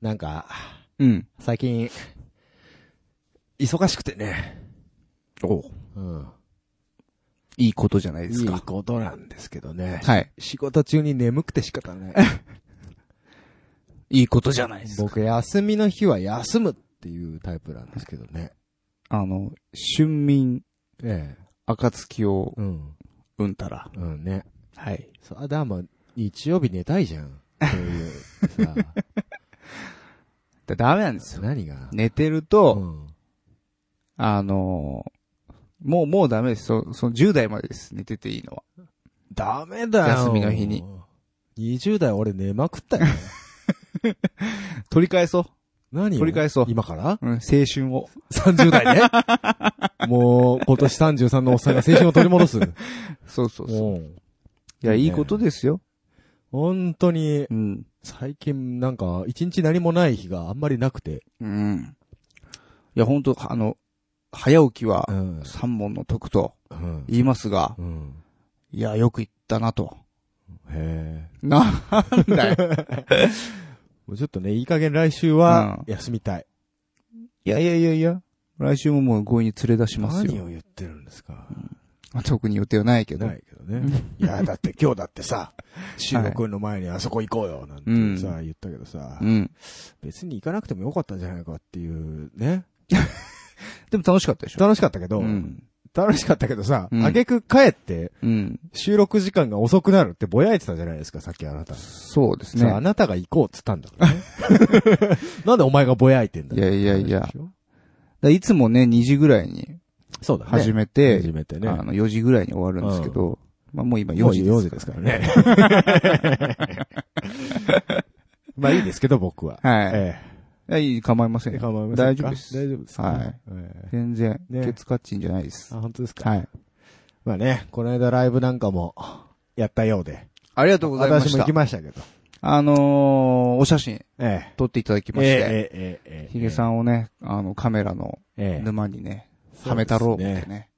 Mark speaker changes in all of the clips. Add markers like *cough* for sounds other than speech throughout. Speaker 1: なんか、
Speaker 2: うん。
Speaker 1: 最近、忙しくてね。
Speaker 2: おう
Speaker 1: うん。
Speaker 2: いいことじゃないです
Speaker 1: いい
Speaker 2: か。
Speaker 1: ことなんですけどね。
Speaker 2: はい。
Speaker 1: 仕事中に眠くて仕方ない。 *laughs*
Speaker 2: いいことじゃないですか。
Speaker 1: 僕、休みの日は休むっていうタイプなんですけどね。
Speaker 2: あの、春眠、
Speaker 1: ええ。
Speaker 2: 暁を、
Speaker 1: うん。
Speaker 2: うんたら。
Speaker 1: うんね。
Speaker 2: はい。
Speaker 1: そあ、だ、まあ、日曜日寝たいじゃん。そういう、 *laughs* さ、
Speaker 2: だダメなんですよ。
Speaker 1: 何が。
Speaker 2: 寝てる
Speaker 1: う
Speaker 2: と、
Speaker 1: ん。
Speaker 2: あのーもう、もうダメです。そその10代までです。寝てていいのは。
Speaker 1: ダメだよ。
Speaker 2: 休みの日に。
Speaker 1: 20代俺寝まくった *laughs* よ。
Speaker 2: 取り返そ
Speaker 1: 何を
Speaker 2: 取り返そう
Speaker 1: 今から
Speaker 2: う。うん、青春を。
Speaker 1: ?30
Speaker 2: *laughs*
Speaker 1: 代ね。もう、今年33のおっさんが青春を取り戻す。
Speaker 2: そうそうそう。
Speaker 1: うん
Speaker 2: いや、いいことですよ。
Speaker 1: 本当に、
Speaker 2: うん。
Speaker 1: 最近なんか、一日何もない日があんまりなくて。
Speaker 2: うん。いや、本当あの、早起きは、
Speaker 1: ん
Speaker 2: 三問の得と
Speaker 1: うん。
Speaker 2: 言いますが、
Speaker 1: うん。
Speaker 2: いや、よく言ったな *laughs* と。
Speaker 1: へえ。
Speaker 2: なんだよ。
Speaker 1: もうちょっとね、いい加減来週は、休みたい。
Speaker 2: いやいやいやいや、来週ももう強引に連れ出します
Speaker 1: 何
Speaker 2: よ。
Speaker 1: を言ってるんですか。
Speaker 2: まあ特に予定はないけど。
Speaker 1: ないけどね。いや、だって今日だってさ、修吾くんの前にあそこ行こうよ、なんてさ、
Speaker 2: う
Speaker 1: 言ったけどさ
Speaker 2: う、ん。
Speaker 1: 別に行かなくてもよかったんじゃないかっていうね。
Speaker 2: でも楽しかったでしょ
Speaker 1: 楽しかったけど、
Speaker 2: うん。
Speaker 1: 楽しかったけどさ、
Speaker 2: うん
Speaker 1: あげく帰って
Speaker 2: うん。
Speaker 1: 収録時間が遅くなるってぼやいてたじゃないですか、さっきあなた。
Speaker 2: そうです
Speaker 1: さあ、あ
Speaker 2: ね。
Speaker 1: なたが行こうっつったんだ
Speaker 2: *laughs*
Speaker 1: からね。なんでお前がぼやいてんだ
Speaker 2: いやいやいや
Speaker 1: 話でしょ
Speaker 2: だいつもね、2時ぐらいに
Speaker 1: そうだね。
Speaker 2: 始
Speaker 1: め
Speaker 2: めて、
Speaker 1: 初めてね。
Speaker 2: あの、4時ぐらいに終わるんですけど、まあもう今4時
Speaker 1: もう4
Speaker 2: で
Speaker 1: 時
Speaker 2: す。
Speaker 1: ですからね。 *laughs* まあいいですけど、僕は。
Speaker 2: はい。
Speaker 1: え
Speaker 2: いやいい、構いません
Speaker 1: え。
Speaker 2: よ。
Speaker 1: 構いませんか
Speaker 2: 大丈夫です
Speaker 1: 大丈夫ですか。
Speaker 2: はい
Speaker 1: ええ
Speaker 2: 全然、
Speaker 1: ね
Speaker 2: ケツカッチンじゃないです。
Speaker 1: あ、本当ですか。
Speaker 2: はい。
Speaker 1: まあね、この間ライブなんかも、やったようで。
Speaker 2: ありがとうございま
Speaker 1: 私
Speaker 2: し
Speaker 1: も行
Speaker 2: た
Speaker 1: き。ましたけど。
Speaker 2: あのー、お写真
Speaker 1: え
Speaker 2: 撮っていただき
Speaker 1: え。
Speaker 2: まして、
Speaker 1: ええ、ええ、ええ。
Speaker 2: ヒゲさんをね、あの、カメラの
Speaker 1: ええ。
Speaker 2: 沼にね、はめたろうってね。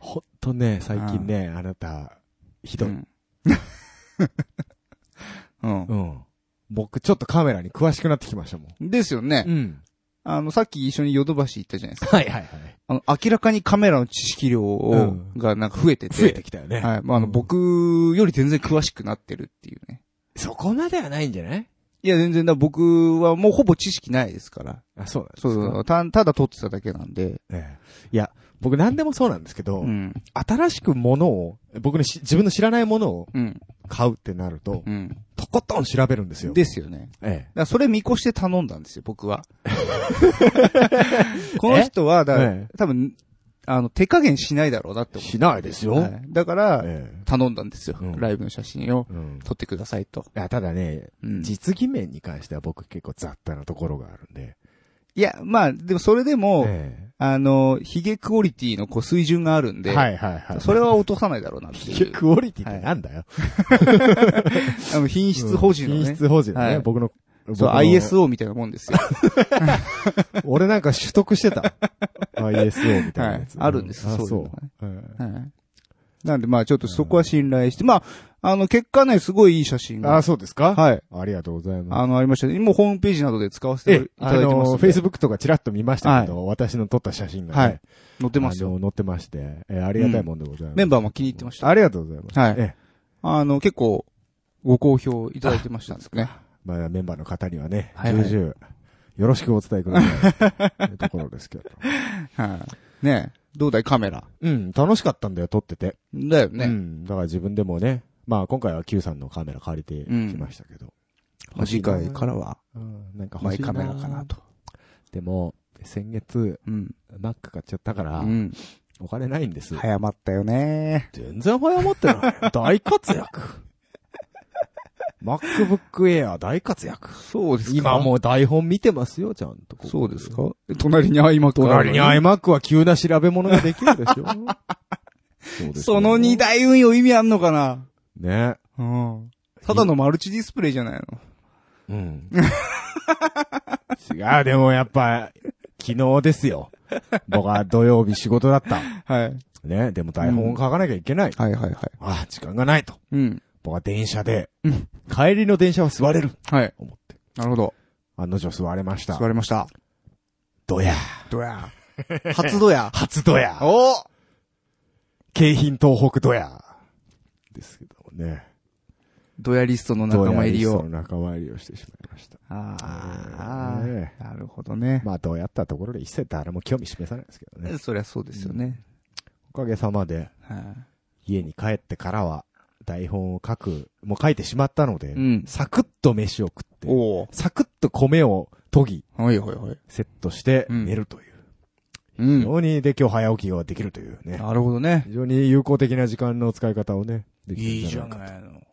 Speaker 1: ほんとね、最近ね、あなた、ひどい。
Speaker 2: *laughs* うん。う
Speaker 1: うん。僕、ちょっとカメラに詳しくなってきましたもん。
Speaker 2: ん。ですよね。
Speaker 1: ん。
Speaker 2: あの、さっき一緒にヨドバシ行ったじゃないですか。
Speaker 1: はい *laughs* はいはい。
Speaker 2: あの、明らかにカメラの知識量を、
Speaker 1: うん
Speaker 2: がなんか増えてて。
Speaker 1: 増えてきたよね。
Speaker 2: はい。まあ、あの、
Speaker 1: うん
Speaker 2: 僕より全然詳しくなってるっていうね。
Speaker 1: そこまではないんじゃない
Speaker 2: いや、全然だ、僕はもうほぼ知識ないですから。
Speaker 1: あ、そうなんですか
Speaker 2: そうそう。た、ただ撮ってただけなんで。
Speaker 1: ええいや、僕何でもそうなんですけど、
Speaker 2: うん。
Speaker 1: 新しくものを、僕のし自分の知らないものを
Speaker 2: うん。
Speaker 1: 買うってなると、
Speaker 2: うん。
Speaker 1: とことん調べるんですよ。
Speaker 2: ですよね。
Speaker 1: え
Speaker 2: だからそれ見越して頼んだんですよ、僕 *laughs* は。この人は、だから、
Speaker 1: え
Speaker 2: 多分、あの、手加減しないだろうなっ
Speaker 1: え。
Speaker 2: て思う。
Speaker 1: しないですよ。
Speaker 2: はいだから、
Speaker 1: ええ
Speaker 2: 頼んだんですよ、
Speaker 1: うん
Speaker 2: ライブの写真を
Speaker 1: うん
Speaker 2: 撮ってくださいと。
Speaker 1: いやただね、
Speaker 2: うん
Speaker 1: 実技面に関しては僕結構雑多なところがあるんで。
Speaker 2: いや、まあ、でもそれでも、
Speaker 1: え
Speaker 2: あの、ヒゲクオリティのこう水準があるん
Speaker 1: え
Speaker 2: で、
Speaker 1: はいはいはい。
Speaker 2: それは落とさないだろうなって
Speaker 1: 結
Speaker 2: い
Speaker 1: 局
Speaker 2: う。
Speaker 1: クオリティってなんだよ。
Speaker 2: あの品質保持のね。
Speaker 1: 品質保持のね、
Speaker 2: はい
Speaker 1: 僕の。
Speaker 2: そう、
Speaker 1: 僕の
Speaker 2: ISO みたいなもんで
Speaker 1: *laughs*
Speaker 2: すよ。
Speaker 1: 俺なんか取得して
Speaker 2: *laughs*
Speaker 1: た。ISO みたいなやつ。
Speaker 2: はいあるんです
Speaker 1: あ
Speaker 2: そういう
Speaker 1: そ
Speaker 2: のがね
Speaker 1: う。うん
Speaker 2: はいなんで、まあ、ちょっとそこは信頼して、まあ、あの、結果ね、すごいいい写真が
Speaker 1: あ、。そうですか
Speaker 2: はい。
Speaker 1: ありがとうございます。
Speaker 2: あの、ありましたね。もうホームページなどで使わせていた
Speaker 1: あ
Speaker 2: だいてます
Speaker 1: の、
Speaker 2: んで。
Speaker 1: Facebook とかチラッと見ましたけど、私の撮った写真がね。
Speaker 2: はい。載ってます
Speaker 1: あ
Speaker 2: よ。
Speaker 1: の載ってまして、えーありがたいもんでございます。
Speaker 2: メンバーも気に入ってました。
Speaker 1: ありがとうございます。
Speaker 2: はい
Speaker 1: ええ
Speaker 2: あの、結構、ご好評いただいてましたんですね。
Speaker 1: まあ、メンバーの方にはね、
Speaker 2: はいはい
Speaker 1: 重々、よろしくお伝えください。
Speaker 2: *laughs*
Speaker 1: というところですけど。
Speaker 2: はい。ねえどうだいカメラ。
Speaker 1: うん、楽しかったんだよ、撮ってて。
Speaker 2: だよ
Speaker 1: う
Speaker 2: ね。
Speaker 1: ん、だから自分でもね、まあ今回は Q さんのカメラ借りてきましたけど。
Speaker 2: まあ次回からは、
Speaker 1: うん、なんか
Speaker 2: マ
Speaker 1: 欲
Speaker 2: イ
Speaker 1: しい
Speaker 2: カメラかなと。
Speaker 1: でも、先月、
Speaker 2: うん。
Speaker 1: Mac 買っちゃったか
Speaker 2: う
Speaker 1: ら、
Speaker 2: ん。
Speaker 1: お金ないんです。
Speaker 2: 早まったよね。
Speaker 1: 全然早まって *laughs* ない。大活躍。MacBook Air 大活躍。
Speaker 2: そうですか。
Speaker 1: 今もう台本見てますよ、ちゃんと。
Speaker 2: そうですか隣に iMac
Speaker 1: 隣に
Speaker 2: あるの
Speaker 1: iMac は急な調べ物ができるで *laughs* しょそうですよ
Speaker 2: その二台運用意味あんのかな
Speaker 1: ね。
Speaker 2: うん。ただのマルチディスプレイじゃないの。
Speaker 1: うん。 *laughs* 違う、でもやっぱ、昨日ですよ。僕は土曜日仕事だった。
Speaker 2: はい。
Speaker 1: ね。でも台本を書かなきゃいけない。
Speaker 2: はいはいはい。
Speaker 1: ああ、時間がないと。
Speaker 2: うん。
Speaker 1: 僕は電車で、帰りの電車は座れる。
Speaker 2: はい。
Speaker 1: 思って。
Speaker 2: なるほど。
Speaker 1: 案の定座れました
Speaker 2: 座。れました。
Speaker 1: どや。
Speaker 2: どや。初ど *laughs* や。
Speaker 1: 初どや。
Speaker 2: お
Speaker 1: 京浜東北どや。ですけどもね。
Speaker 2: どやリストの仲間入り
Speaker 1: どやリス
Speaker 2: を
Speaker 1: ト。の仲間入りをしてしまいました。
Speaker 2: あ
Speaker 1: ええ
Speaker 2: あ、なるほどね。
Speaker 1: まあ、どうやったところで一切誰も興味示さないですけどね。
Speaker 2: そりゃそうですよね。
Speaker 1: おかげさまで、
Speaker 2: は
Speaker 1: 家に帰ってからは、台本を書く、もう書いてしまったので、
Speaker 2: いうん。
Speaker 1: サクッと飯を食って、
Speaker 2: お
Speaker 1: サクッと米を研ぎ、
Speaker 2: お。はいはいはい。
Speaker 1: セットして
Speaker 2: うん
Speaker 1: 寝るという。
Speaker 2: う
Speaker 1: 非
Speaker 2: ん。
Speaker 1: 常にで今日早起きができるというね。
Speaker 2: なるほどね。
Speaker 1: 非常に有効的な時間の使い方をね、でき
Speaker 2: いいじゃ
Speaker 1: いか。
Speaker 2: ないの。こ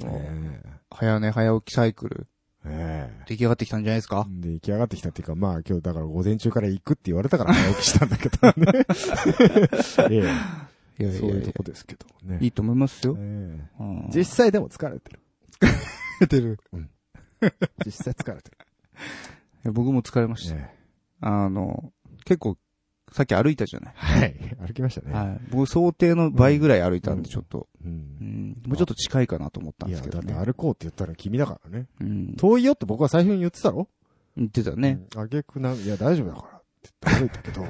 Speaker 2: との
Speaker 1: ね
Speaker 2: 早寝早起きサイクル、
Speaker 1: えええ
Speaker 2: 出来上がってきたんじゃないですか
Speaker 1: で、行き上がってきたっていうか、まあ今日だから午前中から行くって言われたから早起きしたんだけどね。
Speaker 2: い
Speaker 1: *laughs* え
Speaker 2: や
Speaker 1: え
Speaker 2: いや
Speaker 1: そ
Speaker 2: いうや
Speaker 1: い
Speaker 2: いう
Speaker 1: と
Speaker 2: や
Speaker 1: こですけどね。
Speaker 2: いいと思いますよ。
Speaker 1: ええ
Speaker 2: うん
Speaker 1: 実際でも疲れてる。
Speaker 2: 出てる。
Speaker 1: 実際疲れてる。
Speaker 2: いや僕も疲れました。
Speaker 1: ええ
Speaker 2: あの、結構、さっき歩いたじゃない。
Speaker 1: はい。歩きましたね。
Speaker 2: はい。僕想定の倍ぐらい歩いたんで、ちょっと、
Speaker 1: う。
Speaker 2: うんん、もうちょっと近いかなと思ったん
Speaker 1: い
Speaker 2: で
Speaker 1: や、
Speaker 2: す
Speaker 1: だ
Speaker 2: けど
Speaker 1: って
Speaker 2: ね。
Speaker 1: 歩こうって言ったら君だからね。
Speaker 2: うん。
Speaker 1: 遠いよって僕は最初に言ってたろ
Speaker 2: 言ってたね。。
Speaker 1: うんあげくな、いや大丈夫だからって言って歩いたけ
Speaker 2: *laughs*
Speaker 1: ど、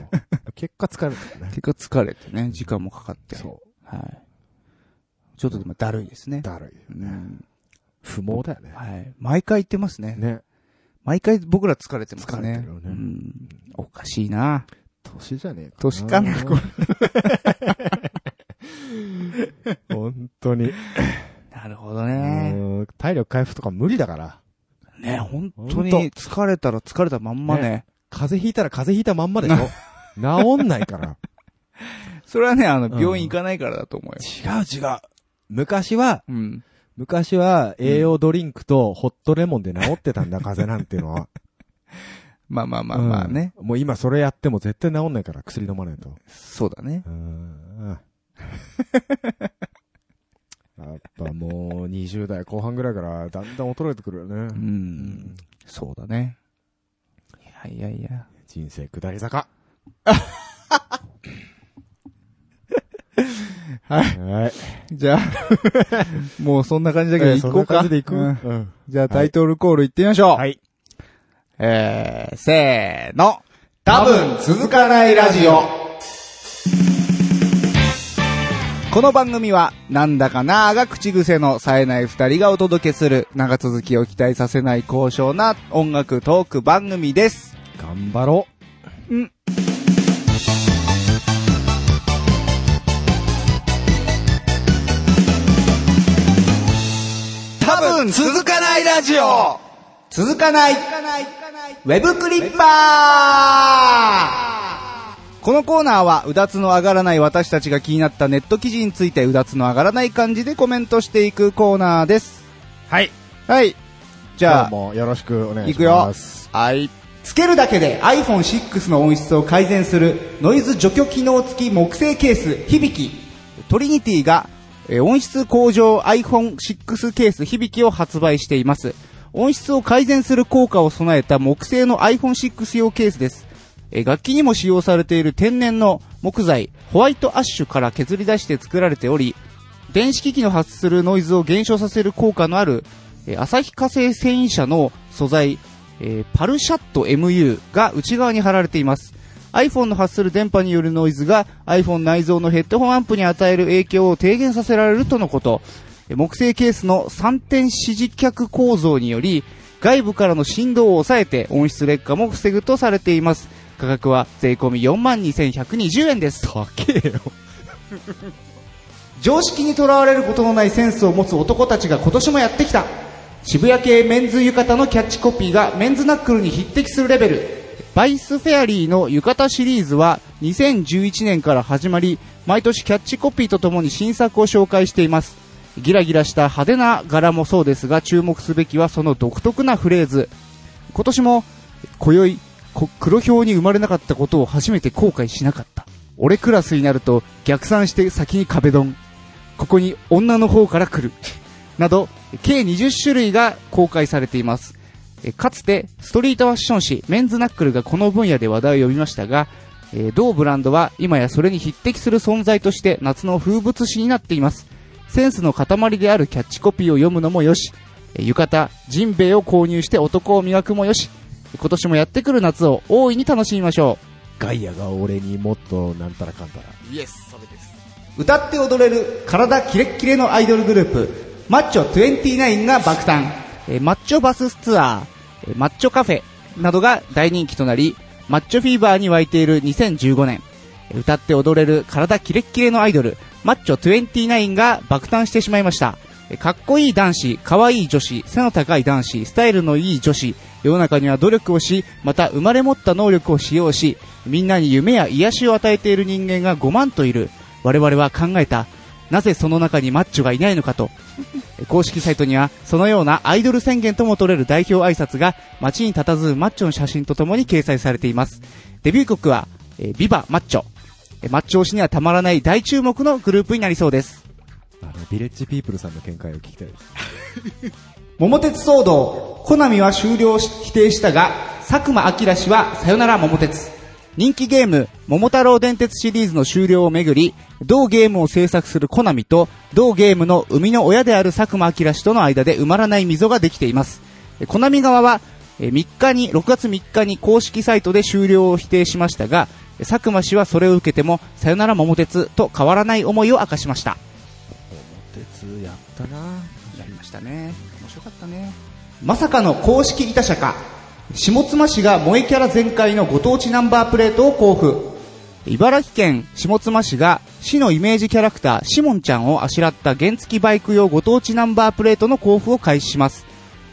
Speaker 1: 結果疲れたよね。
Speaker 2: 結果疲れてね、時間もかかって。
Speaker 1: そ
Speaker 2: はい。ちょっとでもだるいですね
Speaker 1: う。。だるいよ
Speaker 2: う
Speaker 1: ね。
Speaker 2: ん。
Speaker 1: 不毛だよね。
Speaker 2: はい。毎回言ってますね。
Speaker 1: ね。
Speaker 2: 毎回僕ら疲れてますね。
Speaker 1: 疲れてるよね
Speaker 2: うん。おかしいな。
Speaker 1: 年じゃねえかな。
Speaker 2: 年かなこ
Speaker 1: れ。 *laughs* 本当に。
Speaker 2: なるほど
Speaker 1: う
Speaker 2: ね。
Speaker 1: ん体力回復とか無理だから。
Speaker 2: ね、本当
Speaker 1: ほん
Speaker 2: に
Speaker 1: と
Speaker 2: 疲れたら疲れたまんまね。
Speaker 1: 風邪ひいたら風邪ひいたまん
Speaker 2: *laughs*
Speaker 1: までしょ治んないから。
Speaker 2: それはね、あの、病院行かないからだと思うよ。
Speaker 1: 違う違う。昔は、
Speaker 2: うん。
Speaker 1: 昔は栄養ドリンクとホットレモンで治ってたんだ、風邪なんてのは。
Speaker 2: まあ *laughs* まあまあまあね。
Speaker 1: うん。もう今それやっても絶対治んないから薬飲まないと。
Speaker 2: そうだね。
Speaker 1: うん
Speaker 2: *laughs*
Speaker 1: やっぱもう20代後半ぐらいからだんだん衰えてくるよ
Speaker 2: う
Speaker 1: ね。
Speaker 2: ん。そうだね。いやいやいや。
Speaker 1: 人生下り
Speaker 2: *laughs*
Speaker 1: 坂。はい。はい。
Speaker 2: じゃあ、 *laughs* もうそんな感じだけど、
Speaker 1: えー
Speaker 2: 行こう
Speaker 1: そ
Speaker 2: か。
Speaker 1: んな感じで行く
Speaker 2: うん
Speaker 1: うん
Speaker 2: じゃあタイトルコール行ってみましょう。
Speaker 1: はい。
Speaker 2: えー、せーの。多分続かないラジオ。この番組は、なんだかなーが口癖の冴えない二人がお届けする、長続きを期待させない高尚な音楽トーク番組です。
Speaker 1: 頑張ろう。
Speaker 2: うん。多分続かないラジオ続かないウェブクリッパーこのコーナーは、うだつの上がらない私たちが気になったネット記事について、うだつの上がらない感じでコメントしていくコーナーです。
Speaker 1: はい。
Speaker 2: はい。じ
Speaker 1: じ
Speaker 2: ゃ
Speaker 1: ゃあ
Speaker 2: あ、
Speaker 1: もよろしくお願い
Speaker 2: い
Speaker 1: し
Speaker 2: くよ
Speaker 1: ます。。
Speaker 2: はい。つけるだけで iPhone6 の音質を改善するノイズ除去機能付き木製ケース、響き。トリニティがえー音質向上 iPhone6 ケース、響きを発売しています。音質を改善する効果を備えた木製の iPhone6 用ケースです。えー楽器にも使用されている天然の木材、ホワイトアッシュから削り出して作られており、電子機器の発するノイズを減少させる効果のある、えー旭化成繊維社の素材、えーパルシャット MU が内側に貼られています。iPhone の発する電波によるノイズが iPhone 内蔵のヘッドホンアンプに与える影響を低減させられるとのこと。えー木製ケースの3点支持脚構造により、外部からの振動を抑えて音質劣化も防ぐとされています。価格は税込み42,120円です。
Speaker 1: 高えよ。
Speaker 2: 常識にとらわれることのないセンスを持つ男たちが今年もやってきた渋谷系メンズ浴衣のキャッチコピーがメンズナックルに匹敵するレベルバイスフェアリーの浴衣シリーズは2011年から始まり毎年キャッチコピーとともに新作を紹介していますギラギラした派手な柄もそうですが注目すべきはその独特なフレーズ今年も今宵こ黒豹に生まれなかったことを初めて後悔しなかった俺クラスになると逆算して先に壁ドンここに女の方から来るなど計20種類が公開されていますえかつてストリートファッション誌メンズナックルがこの分野で話題を呼びましたが、えー同ブランドは今やそれに匹敵する存在として夏の風物詩になっていますセンスの塊であるキャッチコピーを読むのもよしえー浴衣、ジンベエを購入して男を磨くもよし、今年もやってくる夏を大いに楽しみましょ
Speaker 1: ガイアが俺にもっとなんたらかんたら。
Speaker 2: う。イエス、それです。歌って踊れる体キレッキレのアイドルグループ、マッチョ29が爆誕、えーマッチョバスツアー、えーマッチョカフェなどが大人気となり、マッチョフィーバーに沸いている2015年、えー歌って踊れる体キレッキレのアイドル、マッチョ29が爆誕してしまいました。えーかっこいい男子、かわいい女子、背の高い男子、スタイルのいい女子、世の中には努力をし、また生まれ持った能力を使用し、みんなに夢や癒しを与えている人間が5万といる。我々は考えた。なぜその中にマッチョがいないのかと。公式サイトには、そのようなアイドル宣言とも取れる代表挨拶が、街に佇むマッチョの写真とともに掲載されています。デビュー曲は、えービバマッチョ。えーマッチョ推しにはたまらない大注目のグループになりそうです。
Speaker 3: あの、ビレッジピープルさんの見解を聞きたいです。
Speaker 2: 桃鉄騒動、コナミは終了し否定したが、佐久間明氏はさよなら桃鉄。人気ゲーム、桃太郎電鉄シリーズの終了をめぐり、同ゲームを制作するコナミと、同ゲームの生みの親である佐久間明氏との間で埋まらない溝ができています。えコナミ側は、え3日に、6月3日に公式サイトで終了を否定しましたが、佐久間氏はそれを受けても、さよなら桃鉄と変わらない思いを明かしました。
Speaker 1: 鉄やったな
Speaker 2: やりましたね面白かったねまさかの公式板車か下妻市が萌えキャラ全開のご当地ナンバープレートを交付茨城県下妻市が市のイメージキャラクターシモンちゃんをあしらった原付バイク用ご当地ナンバープレートの交付を開始します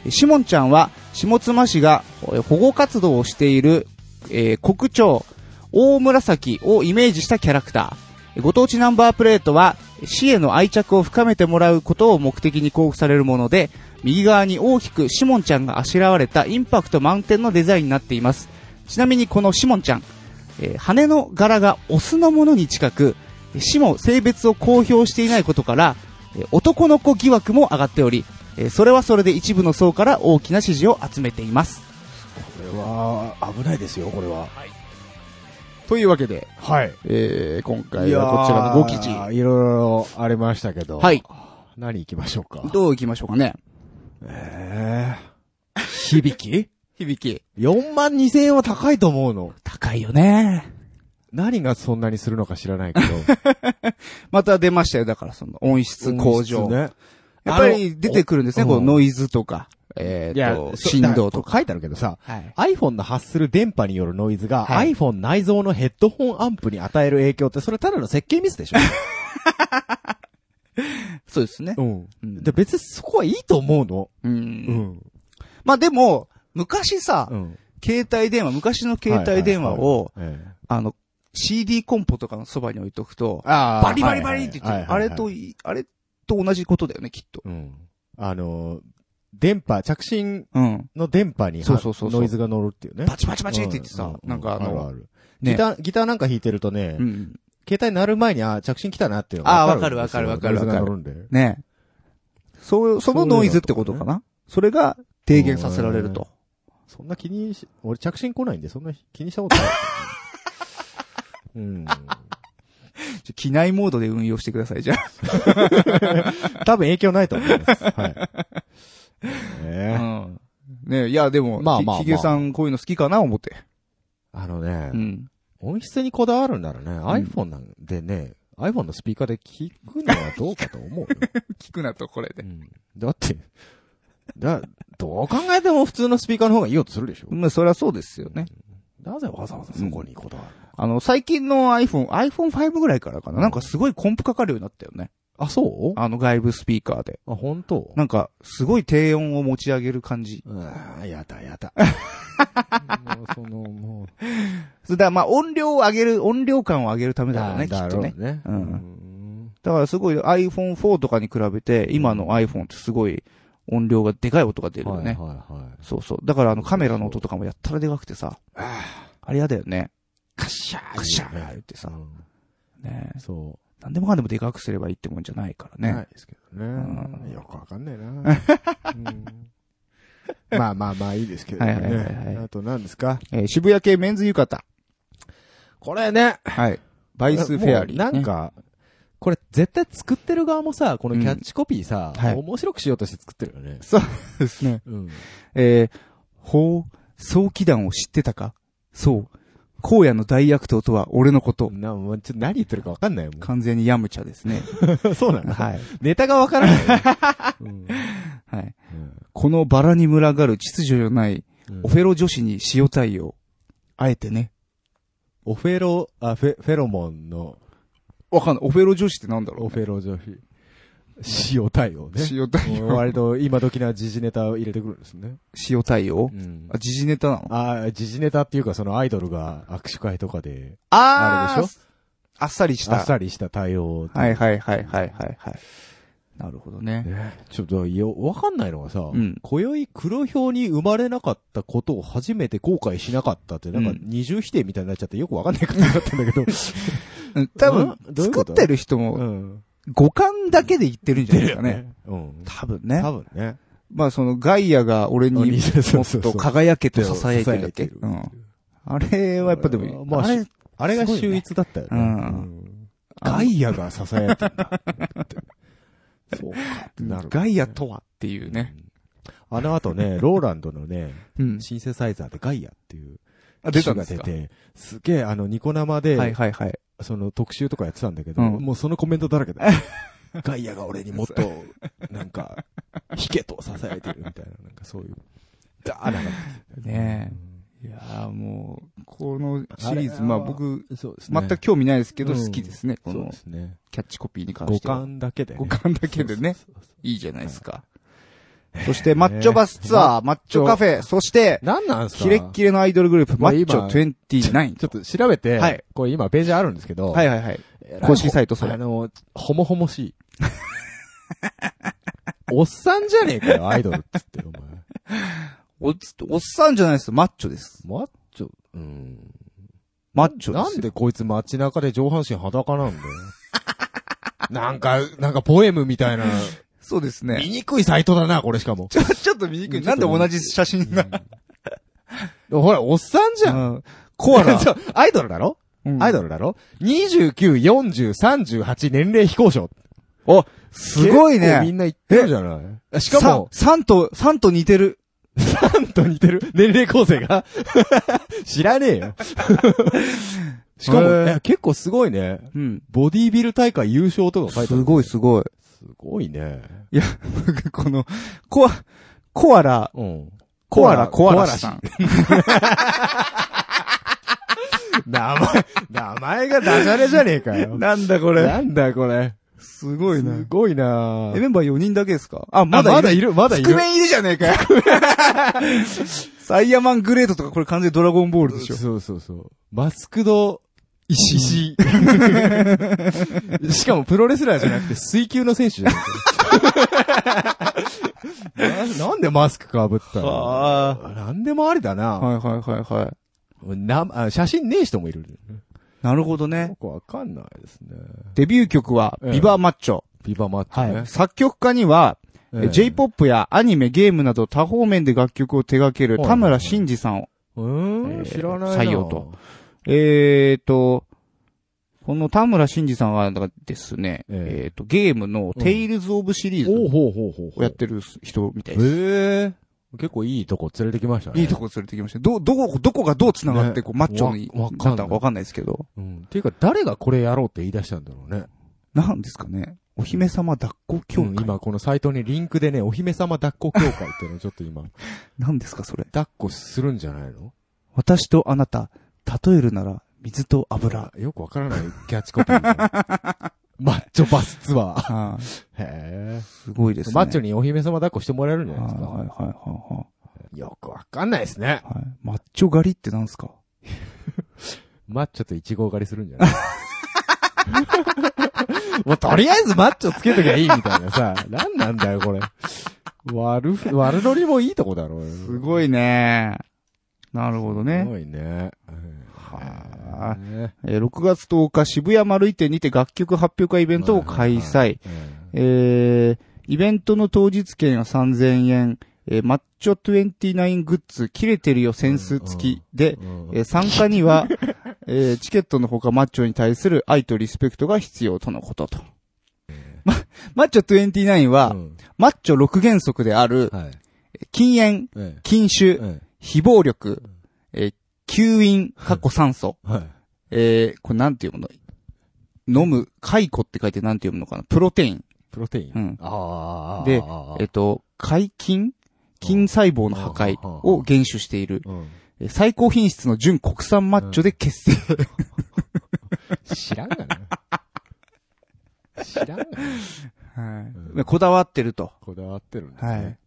Speaker 2: シモンちゃんは下妻市がえ保護活動をしている、えー国鳥大紫をイメージしたキャラクターご当地ナンバープレートは市への愛着を深めてもらうことを目的に交付されるもので右側に大きくシモンちゃんがあしらわれたインパクト満点のデザインになっていますちなみにこのシモンちゃん、えー羽の柄がオスのものに近く市も性別を公表していないことからえー男の子疑惑も上がっておりえーそれはそれで一部の層から大きな支持を集めています
Speaker 1: これは、危ないですよ、これは。
Speaker 2: というわけで、
Speaker 1: はい。
Speaker 2: えー今回はこちらの5記事
Speaker 1: いろいろありましたけど。
Speaker 2: はい。
Speaker 1: 何行きましょうか。
Speaker 2: どういきましょうかね
Speaker 1: ええ響 *laughs* き
Speaker 2: 響き
Speaker 1: ?4 万2千円は高いと思うの。
Speaker 2: 高いよね
Speaker 3: 何がそんなにするのか知らないけ
Speaker 1: *laughs*
Speaker 3: ど。
Speaker 2: また出ましたよ。だからその音質向
Speaker 1: 音
Speaker 2: 上。
Speaker 1: 質ね。
Speaker 2: やっぱり出てくるんですね。
Speaker 1: あの
Speaker 2: こ
Speaker 1: う
Speaker 2: の
Speaker 1: ん
Speaker 2: ノイズとか、え
Speaker 1: いや
Speaker 2: ー、と、、
Speaker 1: そう
Speaker 2: 振動と
Speaker 1: だ
Speaker 2: か。
Speaker 1: 書いてあるけどさ、
Speaker 2: はい。
Speaker 1: iPhone の発する電波によるノイズが、
Speaker 2: はい
Speaker 1: iPhone 内蔵のヘッドホンアンプに与える影響って、それただの設計ミスでしょ
Speaker 2: *laughs* そうですね。
Speaker 1: うん。
Speaker 2: うん
Speaker 1: で、別にそこはいいと思うの。
Speaker 2: う。
Speaker 1: うんん。
Speaker 2: まあでも、昔さ
Speaker 1: う、ん。
Speaker 2: 携帯電話、昔の携帯電話を、
Speaker 1: はいはいはい、ええ
Speaker 2: あの、CD コンポとかのそばに置いとくと、
Speaker 1: あー
Speaker 2: バリバリバリって言ってる、あ
Speaker 1: はいはいはい
Speaker 2: れとい、あれと同じことだよね、きっと。
Speaker 1: うん。あのー、電波、着信
Speaker 2: うん。
Speaker 1: の電波には
Speaker 2: そうそうそうそう
Speaker 1: ノイズが乗るっていうね。
Speaker 2: パチパチパチって言ってさ
Speaker 1: うう
Speaker 2: なんかあの
Speaker 1: るる
Speaker 2: ね
Speaker 1: ギター、ギターなんか弾いてるとね、
Speaker 2: うん。
Speaker 1: 携帯鳴る前に、あ、着信来たなっていうのん
Speaker 2: あー
Speaker 1: ですよ
Speaker 2: わかるわかるわかる
Speaker 1: ノイズが乗るんで。
Speaker 2: ねそう、そのノイズってことかなそれが低減させられると。
Speaker 1: そんな気にし、俺着信来ないんで、そんな気にしたことない。うん。
Speaker 2: ちょ機内モードで運用してください、じゃあ。
Speaker 1: 多分影響ないと思います。はい。ねえ
Speaker 2: ねいや、でも、
Speaker 1: ま
Speaker 2: ま
Speaker 1: あ
Speaker 2: あ
Speaker 1: まあまあ
Speaker 2: ひげさんこういうの好きかな、思って。
Speaker 1: あのね、
Speaker 2: ん。
Speaker 1: 音質にこだわるんならね、iPhone なんでね、iPhone のスピーカーで聞くのはどうかと思うよ。
Speaker 2: 聞くなと、これで
Speaker 1: う。んだって、だ、どう考えても普通のスピーカーの方がいい音するでしょ
Speaker 2: まあ、そりゃそうですよね。
Speaker 1: なぜわざわざそこにこだわる、
Speaker 2: あの、最近の iPhone、iPhone5 ぐらいからかな。なんかすごいコンプかかるようになったよね。
Speaker 1: あ、そうあ、
Speaker 2: あの外部スピーカーで。
Speaker 1: 本当
Speaker 2: なんか、すごい低音を持ち上げる感じ。
Speaker 1: うわーやだやだ。 *laughs* もうその、もう。
Speaker 2: それだからまあ、音量を上げる、音量感を上げるためだ
Speaker 1: だ
Speaker 2: か
Speaker 1: ろ
Speaker 2: ら
Speaker 1: う
Speaker 2: ね、きっとね。
Speaker 1: ね。
Speaker 2: うん
Speaker 1: ん。
Speaker 2: だからすごい iPhone4 とかに比べて、今の iPhone ってすごい音量がでかい音が出るよ
Speaker 1: はい
Speaker 2: ね。
Speaker 1: はいは
Speaker 2: そうそう。だからあのカメラの音とかもやったらでかくてさ。あれやだよね。カシャーカシャー言って
Speaker 1: い。
Speaker 2: さ
Speaker 1: う。ん
Speaker 2: ねえ
Speaker 1: そ
Speaker 2: 何でもかんでもでかくすればいいってもんじゃないか
Speaker 1: う。
Speaker 2: ら
Speaker 1: な
Speaker 2: ね
Speaker 1: い。ですけどね。
Speaker 2: うん
Speaker 1: よくわかん
Speaker 2: *laughs*
Speaker 1: ないな。うんまあまあまあいいですけどね。
Speaker 2: はいはいはいはい
Speaker 1: あと何ですか
Speaker 2: えー渋谷系メンズ浴衣。
Speaker 1: これね。
Speaker 2: はい。バイスフェアリー。
Speaker 1: なん
Speaker 2: ね。
Speaker 1: か、これ絶対作ってる側もさ、このキャッチコピーさ、
Speaker 2: うんはい
Speaker 1: 面白くしようとして作ってるよね。
Speaker 2: そうですね。
Speaker 1: うん。
Speaker 2: えー、法、早期団を知ってたかそう。荒野の大悪党とは俺のこと。
Speaker 1: な、もうちょっと何言ってるかわかんないよ、も
Speaker 2: 完全にヤムチャです
Speaker 1: *laughs*
Speaker 2: ね。 *laughs*
Speaker 1: う。そうなの
Speaker 2: はい。
Speaker 1: ネタがわからないよね。うん
Speaker 2: はい。このバラに群がる秩序のない、
Speaker 1: うん
Speaker 2: オフェロ女子に塩対応。あえてね。
Speaker 1: オフェロ、あ、フェ、フェロモンの
Speaker 2: わかんない。オフェロ女子ってなんだろ
Speaker 1: オフェロ女子。塩対応ね。
Speaker 2: 塩対
Speaker 1: うん
Speaker 2: 応。
Speaker 1: 割と今時な時事ネタを入れてくるんですね。
Speaker 2: 塩対応
Speaker 1: うん
Speaker 2: あ、時事ネタなの
Speaker 1: ああ、時事ネタっていうか、そのアイドルが握手会とかで、
Speaker 2: あ
Speaker 1: あれで
Speaker 2: しょあっさりし。
Speaker 1: あったさりした対応。
Speaker 2: はいはいはいはいはいはい。なるほどね。
Speaker 1: ねちょっと、よ、わかんないのがさ、
Speaker 2: ん
Speaker 1: 今宵黒豹に生まれなかったことを初めて後悔しなかったって、なんか
Speaker 2: うん
Speaker 1: 二重否定みたいになっちゃってよくわかんない感じだったんだけど。
Speaker 2: *laughs* うん多分、
Speaker 1: うんどういうこ
Speaker 2: 作
Speaker 1: と
Speaker 2: ってる人
Speaker 1: う
Speaker 2: も
Speaker 1: ん。
Speaker 2: 五感だけで言ってるんじゃないですかね。
Speaker 1: うん。
Speaker 2: 多分ね。
Speaker 1: 多分ね。
Speaker 2: まあそのガイアが俺にも
Speaker 1: うんそうそうそ
Speaker 2: っ
Speaker 1: う
Speaker 2: と輝けと囁いてるだ
Speaker 1: 囁い
Speaker 2: け。
Speaker 1: てる
Speaker 2: うん。あれはやっぱでも、
Speaker 1: まあ
Speaker 2: あれ、
Speaker 1: あれが秀逸だったよね。
Speaker 2: すごいねうん
Speaker 1: んガイアが支えてんだ。そうかってなる。
Speaker 2: ガイアとはっていうね。
Speaker 1: あの後ね、ローランドのね、
Speaker 2: うん。
Speaker 1: シンセサイザーでガイアっていう
Speaker 2: あ、
Speaker 1: 機
Speaker 2: 出
Speaker 1: 種
Speaker 2: た
Speaker 1: が
Speaker 2: んです
Speaker 1: 出
Speaker 2: か
Speaker 1: て、すげえあのニコ生で、
Speaker 2: はいはいはい。
Speaker 1: その特集とかやってたんだけど、
Speaker 2: うん
Speaker 1: もうそのコメントだらけだ。
Speaker 2: *laughs*
Speaker 1: ガイアが俺にもっと、なんか、引けと支えてるみたいな、なんかそういう。だーなんか
Speaker 2: ねえ。いやーもう、このシリー
Speaker 1: あ
Speaker 2: ズ、
Speaker 1: れは
Speaker 2: まあ僕、
Speaker 1: そうですね。
Speaker 2: 全く興味ないですけど、
Speaker 1: うん
Speaker 2: 好きですね。こ
Speaker 1: そう
Speaker 2: の
Speaker 1: ですね。
Speaker 2: キャッチコピーに関
Speaker 1: 五
Speaker 2: しては。
Speaker 1: 感だけで、ね。
Speaker 2: 五感だけでね
Speaker 1: そうそうそう
Speaker 2: いいじゃないですか。そして、マッチョバスツアー、マッチョカフェ、そして、
Speaker 1: なんなんすか
Speaker 2: キレッキレのアイドルグループ、マ
Speaker 1: これ
Speaker 2: ッチ
Speaker 1: 今
Speaker 2: ョ29。
Speaker 1: ちょっと調べて、
Speaker 2: はい
Speaker 1: これ今ページあるんですけど、
Speaker 2: はいはいはい。公式サイトそれ
Speaker 1: あの、ほもほもしい。おっさんじゃねえかよ、アイドルっつって、お前。
Speaker 2: おっ、おっさんじゃないです。マッチョです。
Speaker 1: マッチョ、うん。
Speaker 2: マッチョで
Speaker 1: な
Speaker 2: す。
Speaker 1: んでこいつ街中で上半身裸なんだよ。 *laughs* なんか、なんかポエムみた *laughs* いな、
Speaker 2: そうですね。
Speaker 1: 醜いサイトだな、これしかも。
Speaker 2: ちょ、ちょっと見にくい。なんで同じ写真が。
Speaker 1: ほら、おっさんじゃん。。
Speaker 2: うんコア
Speaker 1: *laughs*
Speaker 2: ラ *laughs*
Speaker 1: そうアイドルだろアイド
Speaker 2: ル。
Speaker 1: ルだろ ?29、40、38年齢非公表。
Speaker 2: お、すごい
Speaker 1: 結構み
Speaker 2: ね。
Speaker 1: んな言ってるじゃないしかも、
Speaker 2: さ、3と、3と似てる。
Speaker 1: 3と似てる年齢構成が *laughs* 知らねえ
Speaker 2: *laughs*
Speaker 1: よ。しかも、
Speaker 2: へえ
Speaker 1: え結構すごいね。
Speaker 2: うん。
Speaker 1: ボディービル大会優勝とか書いて
Speaker 2: す
Speaker 1: ある。
Speaker 2: ごいすごい。 *laughs*
Speaker 1: すごいね。
Speaker 2: いや、僕この、コア、コアラ、
Speaker 1: うん。
Speaker 2: コアラ、コ
Speaker 1: コ
Speaker 2: ア
Speaker 1: ア
Speaker 2: ラ
Speaker 1: ラ
Speaker 2: さん。
Speaker 1: 名前、名前がダジャレじゃねえかよ。
Speaker 2: なんだこれ。
Speaker 1: なんだこれ。
Speaker 2: すごい
Speaker 1: す
Speaker 2: な。
Speaker 1: ごいな
Speaker 2: え、メンバー4人だけですかあ、ま
Speaker 1: あま
Speaker 2: だ
Speaker 1: だ
Speaker 2: いる。
Speaker 1: いる、まだい
Speaker 2: 覆
Speaker 1: る。
Speaker 2: 面いるじゃねえかよ。サイヤマングレートとかこれ完全にドラゴンボールでしょ。
Speaker 1: そうそうそう。マスクド、石。しかもプロレスラーじゃなくて水球の選手じゃ *laughs* ないななんでマスクかぶったの
Speaker 2: は
Speaker 1: なんでもありだ
Speaker 2: あ
Speaker 1: な。
Speaker 2: はいはいはいはい。
Speaker 1: なあ写真ねえ人もいる。
Speaker 2: なるほどね
Speaker 1: よ。くわかんないですね。
Speaker 2: デビュー曲は、
Speaker 1: ええ
Speaker 2: ビバーマッチョ。
Speaker 1: ビバマッチね
Speaker 2: 作曲家には、
Speaker 1: ええ。
Speaker 2: J-POP やアニメ、ゲームなど多方面で楽曲を手掛ける
Speaker 1: はい
Speaker 2: 田村真二さんを。
Speaker 1: うーん、知らないな。
Speaker 2: 採用と。えーと、この田村真二さんはですね、
Speaker 1: ええ
Speaker 2: えーと、ゲームの
Speaker 1: うん
Speaker 2: テイルズ・オブ・シリー
Speaker 1: おう
Speaker 2: ズ
Speaker 1: ほうほうほうほ
Speaker 2: を
Speaker 1: う。
Speaker 2: やってる人みたいです。
Speaker 1: へえ。結構いいとこ連れてきましたね。
Speaker 2: いいとこ連れてきました。ど、どこ、どこがどう繋がって、
Speaker 1: ね
Speaker 2: こう、マッチョに
Speaker 1: わわかんない
Speaker 2: なったのかわかんないですけど。
Speaker 1: うん。っていうか、誰がこれやろうって言い出したんだろうね。
Speaker 2: なんですかね。お姫様抱っこ協
Speaker 1: うん
Speaker 2: 会。
Speaker 1: 今このサイトにリンクでね、お姫様抱っこ協会っていうのをちょっと
Speaker 2: *laughs*
Speaker 1: 今、
Speaker 2: なんですか、それ。
Speaker 1: 抱っこするんじゃないの
Speaker 2: 私とあなた、例えるなら、水と油。
Speaker 1: よくわからないキャッチコピーだ
Speaker 2: *laughs*
Speaker 1: ね。マッチョバスツアー。
Speaker 2: ああ、
Speaker 1: へ
Speaker 2: すごいで
Speaker 1: え
Speaker 2: すね。
Speaker 1: マッチョ
Speaker 2: に。
Speaker 1: にお姫様抱っこしてもらえるんじゃ
Speaker 2: はい
Speaker 1: ないです
Speaker 2: は
Speaker 1: か
Speaker 2: いはいは
Speaker 1: よくわかんないですね。
Speaker 2: いはい。マッチョ狩りってなんですか
Speaker 1: マッチョとイチゴ狩りするんじゃない *laughs* もうとりあえずマッチョつけときゃいいみたいなさ。なんなんだよ、これ。悪ふ、悪ノリもいいとこだろうよ。
Speaker 2: すごいね。なるほど
Speaker 1: す
Speaker 2: ね。
Speaker 1: ごいね。
Speaker 2: はあ
Speaker 1: ね
Speaker 2: えー6月10日、渋谷丸井店にて楽曲発表会イベントを開催。えー、イベントの当日券は3000円、えー、マッチョ29グッズ、切れてるよセンス付きで、えー参加には、えーチケットのほかマッチョに対する愛とリスペクトが必要とのことと。ま、マッチョ29は、
Speaker 1: うん
Speaker 2: マッチョ6原則である、
Speaker 1: はい。
Speaker 2: 禁煙、
Speaker 1: ええ
Speaker 2: 禁酒、
Speaker 1: え
Speaker 2: 非暴力、えー吸引、かっこ酸素、
Speaker 1: えはい。
Speaker 2: えーこれなんて読むの飲む、解雇って書いてなんて読むのかなプロテイン。
Speaker 1: プロテイン。
Speaker 2: うん
Speaker 1: ああ。
Speaker 2: で
Speaker 1: ああ
Speaker 2: えっ、と、解禁筋細胞の破壊を厳守している。
Speaker 1: うん
Speaker 2: えー最高品質の純国産マッチョで結成。
Speaker 1: 知らんがな。知らんがな。
Speaker 2: はいこだわってると。
Speaker 1: こだわってるんですね。
Speaker 2: はい。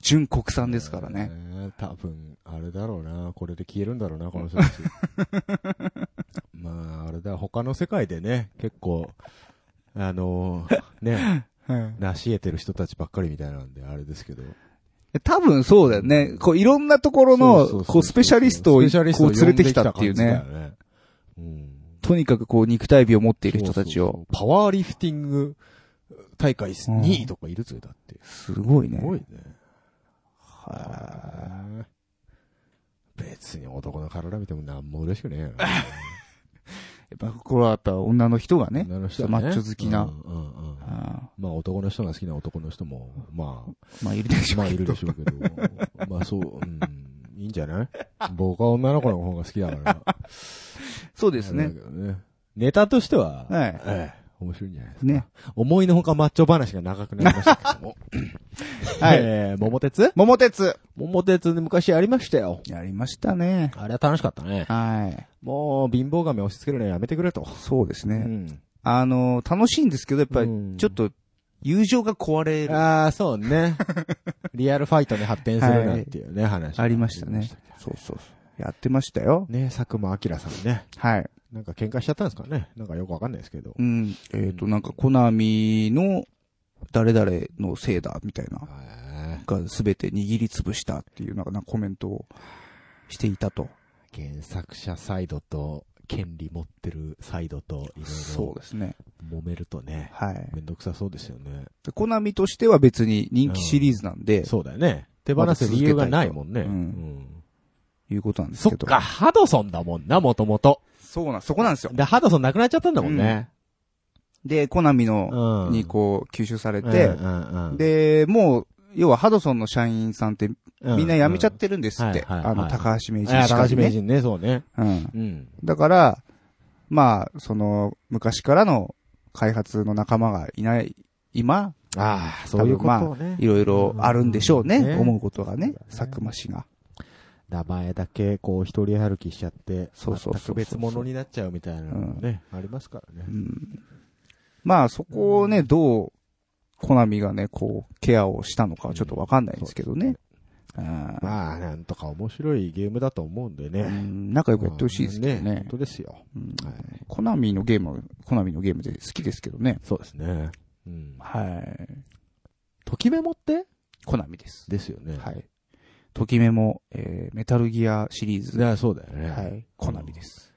Speaker 2: 純国産ですからね。
Speaker 1: えー。多分、あれだろうな。これで消えるんだろうな、この人
Speaker 2: *laughs*
Speaker 1: たち。まあ、あれだ、他の世界でね、結構、あのー、ね、
Speaker 2: は
Speaker 1: 成し得てる人たちばっかりみたいなんで、あれですけど。
Speaker 2: い、多分そうだよね。こう、いろんなところ
Speaker 1: そうそうそ
Speaker 2: の、
Speaker 1: う
Speaker 2: こう、スペシャリストを、こう、
Speaker 1: スペシャリストを
Speaker 2: 連れてきたってい
Speaker 1: 呼んで
Speaker 2: う
Speaker 1: きた
Speaker 2: ね
Speaker 1: 感。じだよね。うん。
Speaker 2: とにかくこう、肉体美を持っている人たち
Speaker 1: そうそう
Speaker 2: を。
Speaker 1: そうパワーリフティング大会2位とかいるぜ、だって。
Speaker 2: すごい
Speaker 1: す
Speaker 2: ね。
Speaker 1: ごいね。
Speaker 2: は
Speaker 1: 別に男の体見ても何も嬉しくねえよな。
Speaker 2: い。やっぱ、これはやっぱ女の人が *laughs* ね、
Speaker 1: 女の人は
Speaker 2: マ
Speaker 1: ね
Speaker 2: ッチョ好きな、
Speaker 1: うんうんうん
Speaker 2: あ
Speaker 1: まあ男の人が好きな男の人も、まあ、
Speaker 2: *laughs* ーまあ、いるでしょ
Speaker 1: ま
Speaker 2: う
Speaker 1: あ
Speaker 2: け
Speaker 1: い
Speaker 2: ど
Speaker 1: るでしょうけど、まあそう、うん、いいんじゃない僕は女の子の方が好きだから。
Speaker 2: そう *laughs* です
Speaker 1: あれだ。
Speaker 2: ね
Speaker 1: けどね。ネタとしては、
Speaker 2: はい
Speaker 1: ええ面白いんじゃないですか。
Speaker 2: ね。
Speaker 1: 思いのほかマッチョ話が長くなりましたけども。
Speaker 2: *laughs* はい
Speaker 1: えー、桃鉄
Speaker 2: 桃鉄
Speaker 1: 桃鉄で昔やりましたよ。
Speaker 2: やりましたね。
Speaker 1: あれは楽しかったね。
Speaker 2: はい。
Speaker 1: もう、貧乏神押し付けるのやめてくれと。
Speaker 2: そうです
Speaker 1: う
Speaker 2: ね。
Speaker 1: ん。
Speaker 2: あの、楽しいんですけど、やっぱり
Speaker 1: うん、
Speaker 2: ちょっと、友情が壊れる。
Speaker 1: ああ、そう
Speaker 2: *laughs*
Speaker 1: ね。リアルファイトに発展するなんていうね、話。
Speaker 2: ありましたね。そうそうそう。やってましたよ。
Speaker 1: ね、佐久間明さんね。
Speaker 2: はい。
Speaker 1: なんか喧嘩しちゃったんですかね。なんかよくわかんないですけど
Speaker 2: う。ん。えっ、と、なんか、コナミの、誰々のせいだ、みたいな、
Speaker 1: へえ
Speaker 2: が全て握りつぶしたっていう、なんか、なんかコメントをしていたと。
Speaker 1: 原作者サイドと、権利持ってるサイドと、い
Speaker 2: そう
Speaker 1: ろ
Speaker 2: ですね。
Speaker 1: いろ揉めるとね、
Speaker 2: はい。
Speaker 1: めんどくさそうですよね。
Speaker 2: でコナミとしては別に人気シリーズなんで、
Speaker 1: そうだよね。手放す理由がないもんね。
Speaker 2: まだ続けたいとうんいうことなんです
Speaker 1: そっ
Speaker 2: けど。
Speaker 1: か、。ハドソンだもんな、もともと。
Speaker 2: そうなん、そこなんですよ。
Speaker 1: で、ハドソンなくなっちゃったんだもんね。
Speaker 2: で、コナミ
Speaker 1: う
Speaker 2: の、
Speaker 1: ん。
Speaker 2: にこう、吸収され
Speaker 1: うん
Speaker 2: て、
Speaker 1: うんうん
Speaker 2: で、もう、要はハドソンの社員さんって
Speaker 1: う
Speaker 2: みんな辞めちゃってるんですって。
Speaker 1: うんうんはいはい
Speaker 2: あの、
Speaker 1: はい
Speaker 2: 高橋名
Speaker 1: い
Speaker 2: 人
Speaker 1: や
Speaker 2: しか
Speaker 1: 高
Speaker 2: り
Speaker 1: 橋名
Speaker 2: ね。
Speaker 1: 人ね、そうね。
Speaker 2: うん。
Speaker 1: うん。
Speaker 2: だから、まあ、その、昔からの開発の仲間がいない、今、
Speaker 1: ああ、
Speaker 2: そういうこと
Speaker 1: をね
Speaker 2: いろいろあるんでしょうね。
Speaker 1: うんね
Speaker 2: 思うことがね
Speaker 1: そうだ、ね
Speaker 2: 佐久間氏が。
Speaker 1: 名前だけ、こう、一人歩きしちゃって、
Speaker 2: そうそうそうそ
Speaker 1: 全
Speaker 2: う
Speaker 1: く別物になっちゃうみたいなのね、ありますからね
Speaker 2: う。ん。まあ、そこをね、どう、コナミがね、こう、ケアをしたのかはちょっとわかんないんですけどね。うん
Speaker 1: まあ、なんとか面白いゲームだと思うんで
Speaker 2: う
Speaker 1: ね。
Speaker 2: ん仲良くやってほしいですけど
Speaker 1: まあ
Speaker 2: ね
Speaker 1: 本。当ですよ。
Speaker 2: うん
Speaker 1: はい。
Speaker 2: コナミのゲームは、コナミのゲームで好きですけどね。
Speaker 1: そうですね。うん。
Speaker 2: はい。
Speaker 1: ときメモって
Speaker 2: コナミです。
Speaker 1: ですよね。
Speaker 2: はい。ときめも、えー、メタルギアシリーズ。
Speaker 1: いや、そうだよね。
Speaker 2: はい。コナミです。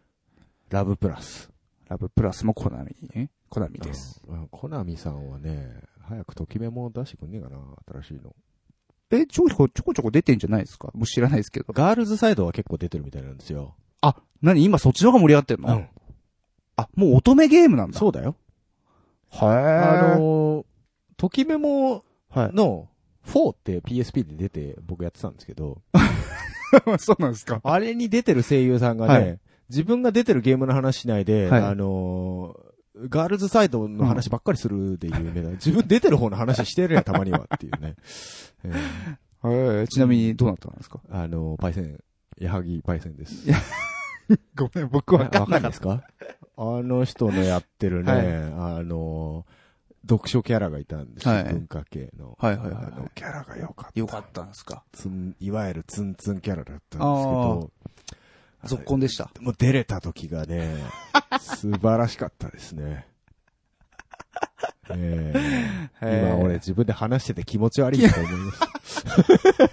Speaker 1: ラブプラス。
Speaker 2: ラブプラスもコナミね。コナミです。
Speaker 1: うん。うんコナミさんはね、早くときメモ出してくんねえかな、新しいの。
Speaker 2: え、ちょこちょこ、ちょこちょこ出てんじゃないですかもう知らないですけど。
Speaker 1: ガールズサイドは結構出てるみたいなんですよ。
Speaker 2: 何今そっちの方が盛り上がってんの、。あ、もう乙女ゲームなんだ。
Speaker 1: そうだよ。あ
Speaker 2: は
Speaker 1: のー、ときメモ
Speaker 2: ー。は
Speaker 1: の4って PSP で出て僕やってたんですけど、
Speaker 2: い。 *laughs* そうなんですか
Speaker 1: あれに出てる声優さんがね、
Speaker 2: はい
Speaker 1: 自分が出てるゲームの話しないで、
Speaker 2: はい
Speaker 1: あのーガールズサイドの話ばっかりするで有名だ、自分出てる方の話してるやん、たまにはっていう *laughs* ね。えー
Speaker 2: はい。ちなみにどうなったんですか
Speaker 1: あのーパイセン、矢作パイセンです。
Speaker 2: ごめん、僕
Speaker 1: い
Speaker 2: *laughs*
Speaker 1: ですかあの人のやってるね、
Speaker 2: は
Speaker 1: あのー読書キャラがいたんですよ、
Speaker 2: はい
Speaker 1: 文化系の。
Speaker 2: はいはいはいはい
Speaker 1: あのキャラが良かった。
Speaker 2: よかったんですか
Speaker 1: ツン、いわゆるツンツンキャラだったんですけど、あ
Speaker 2: 続婚でした。
Speaker 1: もう出れた時がね、
Speaker 2: *laughs*
Speaker 1: 素晴らしかったですね。ええ今俺。自分で話してて気持ち悪いと思います。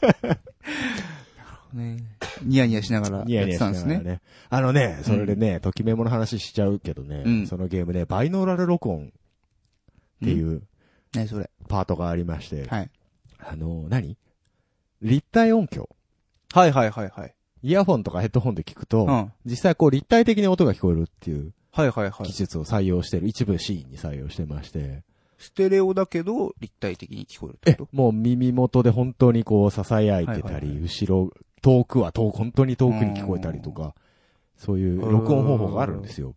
Speaker 2: ね、ニヤニヤしながら
Speaker 1: ニ
Speaker 2: *laughs* や
Speaker 1: ヤ
Speaker 2: っ
Speaker 1: ニ
Speaker 2: て
Speaker 1: ヤしたなん
Speaker 2: で
Speaker 1: が
Speaker 2: す
Speaker 1: ら
Speaker 2: ね。
Speaker 1: ね。あのね、それでね、ときメモの話しちゃうけどね、
Speaker 2: うん
Speaker 1: そのゲームね、バイノーラル録音っていう
Speaker 2: ね、それ。
Speaker 1: パートがありまして、
Speaker 2: はい。
Speaker 1: あの、何立体音響
Speaker 2: はいはいはいはい。
Speaker 1: イヤホンとかヘッドホンで聞くと、
Speaker 2: うん
Speaker 1: 実際こう立体的に音が聞こえるっていう
Speaker 2: はいはいは
Speaker 1: 技。術を採用してる、一部シーンに採用してまして、
Speaker 2: ステレオだけど、立体的に聞こえるって
Speaker 1: え
Speaker 2: こ、
Speaker 1: もう耳元で本当にこう囁い
Speaker 2: はい
Speaker 1: て
Speaker 2: はい
Speaker 1: た
Speaker 2: はい
Speaker 1: り、後ろ、遠くは遠く、本当に遠くに聞こえたりとか、そういう録音方法があるんですよ。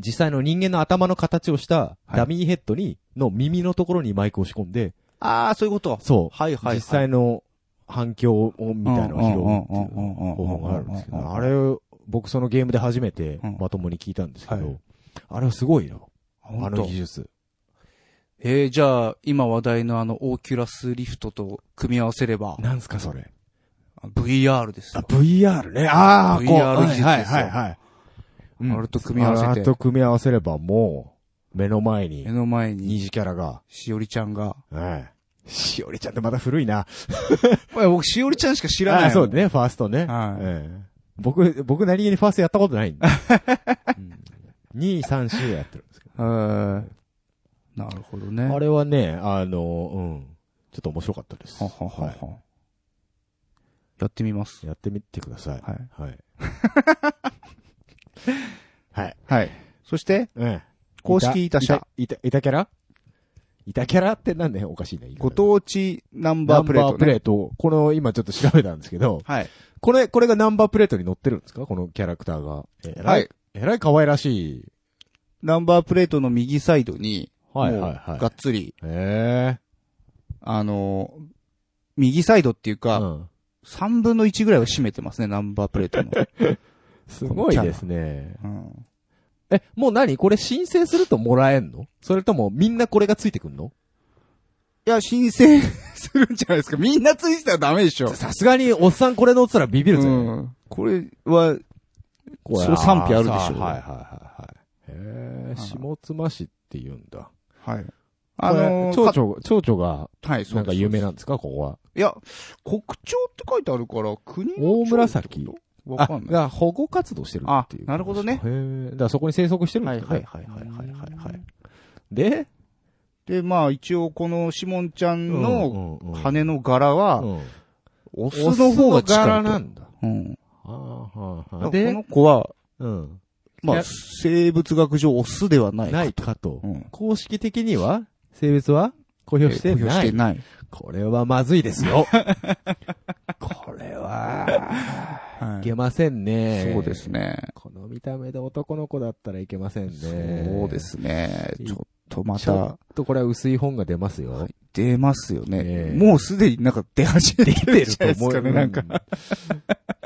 Speaker 1: 実際の人間の頭の形をした
Speaker 2: はい
Speaker 1: ダミーヘッドに、の耳のところにマイクを仕込んで、
Speaker 2: とああ、そういうこと。
Speaker 1: そう、
Speaker 2: はいはいはい。
Speaker 1: 実際の反響音みたいなのを拾うっていう方法があるんですけ
Speaker 2: うんうんうんうんうんうんうん
Speaker 1: ど、
Speaker 2: うん
Speaker 1: あれ、僕そのゲームで初めて
Speaker 2: うん
Speaker 1: まともに聞いたんですけ
Speaker 2: はい
Speaker 1: ど、あれはすごいな。あ
Speaker 2: あ
Speaker 1: の
Speaker 2: の
Speaker 1: 技術。
Speaker 2: えー、じゃあ、今話題のあの、オーキュラスリフトと組み合わせれば、
Speaker 1: なんすかそれ。
Speaker 2: VR です
Speaker 1: あ、
Speaker 2: よ。
Speaker 1: VR ね。ああ、こう
Speaker 2: VR 技術ですよ
Speaker 1: はいはいはいはい。うん
Speaker 2: あれと組み合わ
Speaker 1: あ
Speaker 2: せ
Speaker 1: れ
Speaker 2: て
Speaker 1: と、組み合わせればもう、目の前に
Speaker 2: 目、の前
Speaker 1: 二
Speaker 2: に、
Speaker 1: 次キャラが、
Speaker 2: しおりちゃんが。
Speaker 1: はい。しおりちゃんってまた古いな。
Speaker 2: 僕、しおりちゃんしか知らない。
Speaker 1: あそう。ね、ファーストね。
Speaker 2: はい
Speaker 1: ええ僕、僕何気にファーストやったことない *laughs* んで。うん、2、3、4やってるんですけど。
Speaker 2: なるほどね。
Speaker 1: あれはね、あの、うん。ちょっと面白かったです。
Speaker 2: はははは
Speaker 1: は
Speaker 2: やってみます
Speaker 1: い。。やってみてください。
Speaker 2: はい。
Speaker 1: はい。 *laughs* はい。
Speaker 2: はい。そして、
Speaker 1: ええ
Speaker 2: 公式板車。
Speaker 1: いた、いたいたキャラいたキャラってなんでおかしいね。
Speaker 2: ご当地ナン
Speaker 1: ナ
Speaker 2: バー
Speaker 1: ン
Speaker 2: プレー
Speaker 1: バ
Speaker 2: ト、
Speaker 1: ー
Speaker 2: ね。
Speaker 1: プレート、この今ちょっと調べたんですけど、
Speaker 2: はい。
Speaker 1: これ、これがナンバープレートに載ってるんですかこのキャラクターが。えら
Speaker 2: はいい。。
Speaker 1: えらい可愛らしい。
Speaker 2: ナンバープレートの右サイドに、
Speaker 1: はい
Speaker 2: もう
Speaker 1: はいはい
Speaker 2: がっつり、
Speaker 1: へえ。
Speaker 2: あのー、右サイドっていう
Speaker 1: う
Speaker 2: か、
Speaker 1: ん。
Speaker 2: 3分の1ぐらいは占めてますね、ナンバープレート *laughs* の。
Speaker 1: すごいですね。
Speaker 2: うん、
Speaker 1: え、もう何これ申請するともらえんのそれともみんなこれがついてくんの
Speaker 2: いや、申請するんじゃないですか。みんなついてたらダメでしょ。
Speaker 1: さすがにおっさんこれ乗ってたらビビる
Speaker 2: う
Speaker 1: ぜ。
Speaker 2: ん。これは、
Speaker 1: これ
Speaker 2: そう賛否あるで
Speaker 1: ー
Speaker 2: しょ
Speaker 1: さはいはいはいはい。へえ、下妻市って言うんだ。
Speaker 2: はい。
Speaker 1: あ
Speaker 2: あの
Speaker 1: の、
Speaker 2: ー、
Speaker 1: 蝶
Speaker 2: か
Speaker 1: 々、蝶々が、
Speaker 2: はい、そう
Speaker 1: なんか有名
Speaker 2: な。
Speaker 1: なんですかここは。
Speaker 2: いや、国鳥って書いてあるから、国の
Speaker 1: 大紫
Speaker 2: 蝶ってことわか
Speaker 1: だ
Speaker 2: んな
Speaker 1: か
Speaker 2: い。
Speaker 1: ら保護活動してるっていう。
Speaker 2: あなるほどね
Speaker 1: へえ。だからそこに生息してるんですね。
Speaker 2: はいはいはいはいはいはいはい
Speaker 1: で、
Speaker 2: で、まあ一応このシモンちゃんの
Speaker 1: 羽
Speaker 2: 羽の柄は、
Speaker 1: の、
Speaker 2: オス
Speaker 1: オス
Speaker 2: の
Speaker 1: の
Speaker 2: 方
Speaker 1: 方
Speaker 2: が
Speaker 1: が
Speaker 2: 近
Speaker 1: 柄
Speaker 2: い
Speaker 1: な
Speaker 2: と。
Speaker 1: んだ。
Speaker 2: うん。
Speaker 1: はあはあ
Speaker 2: だ
Speaker 1: はあ
Speaker 2: からこ
Speaker 1: で
Speaker 2: の、子は、
Speaker 1: うん。
Speaker 2: ま
Speaker 1: い
Speaker 2: あ
Speaker 1: や
Speaker 2: 生物学上オスではない。
Speaker 1: ないかと
Speaker 2: う。ん。
Speaker 1: 公式的には、性別は公表して
Speaker 2: 公表し
Speaker 1: な
Speaker 2: て
Speaker 1: い。
Speaker 2: ない。
Speaker 1: これはまずいですよ。 *laughs* これは、
Speaker 2: はい
Speaker 1: けませんね。
Speaker 2: そうです。ね。
Speaker 1: この見た目で男の子だったらいけませんね。
Speaker 2: そうで。すね。
Speaker 1: い
Speaker 2: ちょっとま
Speaker 1: ちょ
Speaker 2: た
Speaker 1: っ、とこれは薄い本が出ますよ。
Speaker 2: 出ますよね。
Speaker 1: ええ
Speaker 2: もうすでになんか出始めてるじゃないですかね、なんか。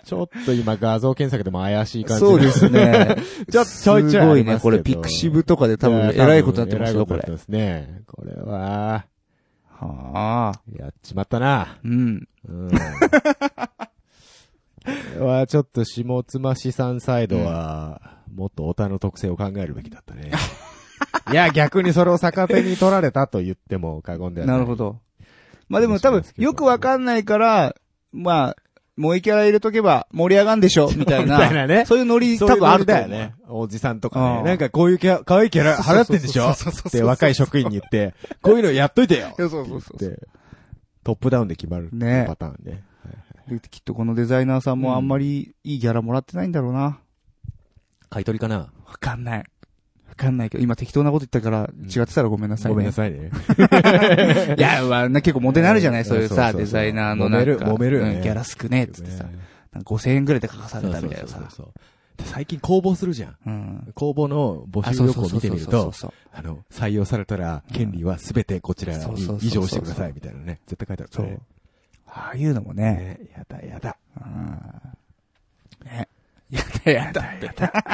Speaker 1: ちょっと今画像検索でも怪しい感じ
Speaker 2: そうで
Speaker 1: *laughs*
Speaker 2: すね。
Speaker 1: ちょちょいちょい
Speaker 2: すごい
Speaker 1: ありますけ
Speaker 2: ね、
Speaker 1: ど
Speaker 2: これ、ピクシブとかで多分、
Speaker 1: や
Speaker 2: えらいことになってますよ、
Speaker 1: え
Speaker 2: こ
Speaker 1: らいとに
Speaker 2: れ。
Speaker 1: なってますね。これは、
Speaker 2: はあ。
Speaker 1: やっちまったな。
Speaker 2: うん。
Speaker 1: *laughs* うん。これはちょっと下妻市さんサイドは、もっとオタの特性を考えるべきだった
Speaker 2: *laughs*
Speaker 1: ね。いや、逆にそれを逆手に取られたと言っても過言ではない。
Speaker 2: なるほど。まあでも多分、よくわかんないから、まあ、萌えキャラ入れとけば盛り上がんでしょ、みたい
Speaker 1: *laughs*
Speaker 2: な。
Speaker 1: みたいなね
Speaker 2: そういうノリ
Speaker 1: そうい
Speaker 2: 多
Speaker 1: う
Speaker 2: 分あると
Speaker 1: だ
Speaker 2: 思
Speaker 1: よ
Speaker 2: う
Speaker 1: ね。。おじさんとか
Speaker 2: う
Speaker 1: ね。
Speaker 2: ん
Speaker 1: なんかこういうキャラ、可愛いキャラ払ってんでしょ
Speaker 2: そうそうそう
Speaker 1: って若い職員に言って、こういうのやっといてよ
Speaker 2: そうそうそうそう。
Speaker 1: ってトップダウンで決まる
Speaker 2: ね
Speaker 1: パターンね。
Speaker 2: できっとこのデザイナーさんもあんまりいいギャラもらってないんだろうな。
Speaker 1: 買い取りかな
Speaker 2: わかんない。わかんないけど、今適当なこと言ったから、違ってたらごめんなさいね。
Speaker 1: ごめんなさいね。
Speaker 2: いや、まあ、な結構モテなるじゃないそういう
Speaker 1: そうそう
Speaker 2: さ、
Speaker 1: そう
Speaker 2: デザイナーのなん
Speaker 1: 揉め
Speaker 2: か。
Speaker 1: る揉めるよね
Speaker 2: うんギャラ少ねえっつってさ、なんか5000円ぐらいで書かされたみたいな
Speaker 1: そう
Speaker 2: さ
Speaker 1: そう。そうそう最近公募するじゃん。
Speaker 2: うん。
Speaker 1: 公募の募
Speaker 2: あ
Speaker 1: 集
Speaker 2: そ
Speaker 1: 要
Speaker 2: うそ
Speaker 1: 項
Speaker 2: う
Speaker 1: を
Speaker 2: そ
Speaker 1: 見
Speaker 2: う
Speaker 1: て
Speaker 2: そう
Speaker 1: みる
Speaker 2: そう
Speaker 1: と、
Speaker 2: そう。
Speaker 1: あの、採用されたら、権利はすべてこちらに
Speaker 2: そうそうそうそう
Speaker 1: 移譲してくださいみたいなね。絶対書いてあ
Speaker 2: そ
Speaker 1: る
Speaker 2: う。ああいうのも
Speaker 1: から
Speaker 2: ね。
Speaker 1: ね。ねやだやだ。
Speaker 2: うんね。 *laughs* やだやだやだ。 *laughs*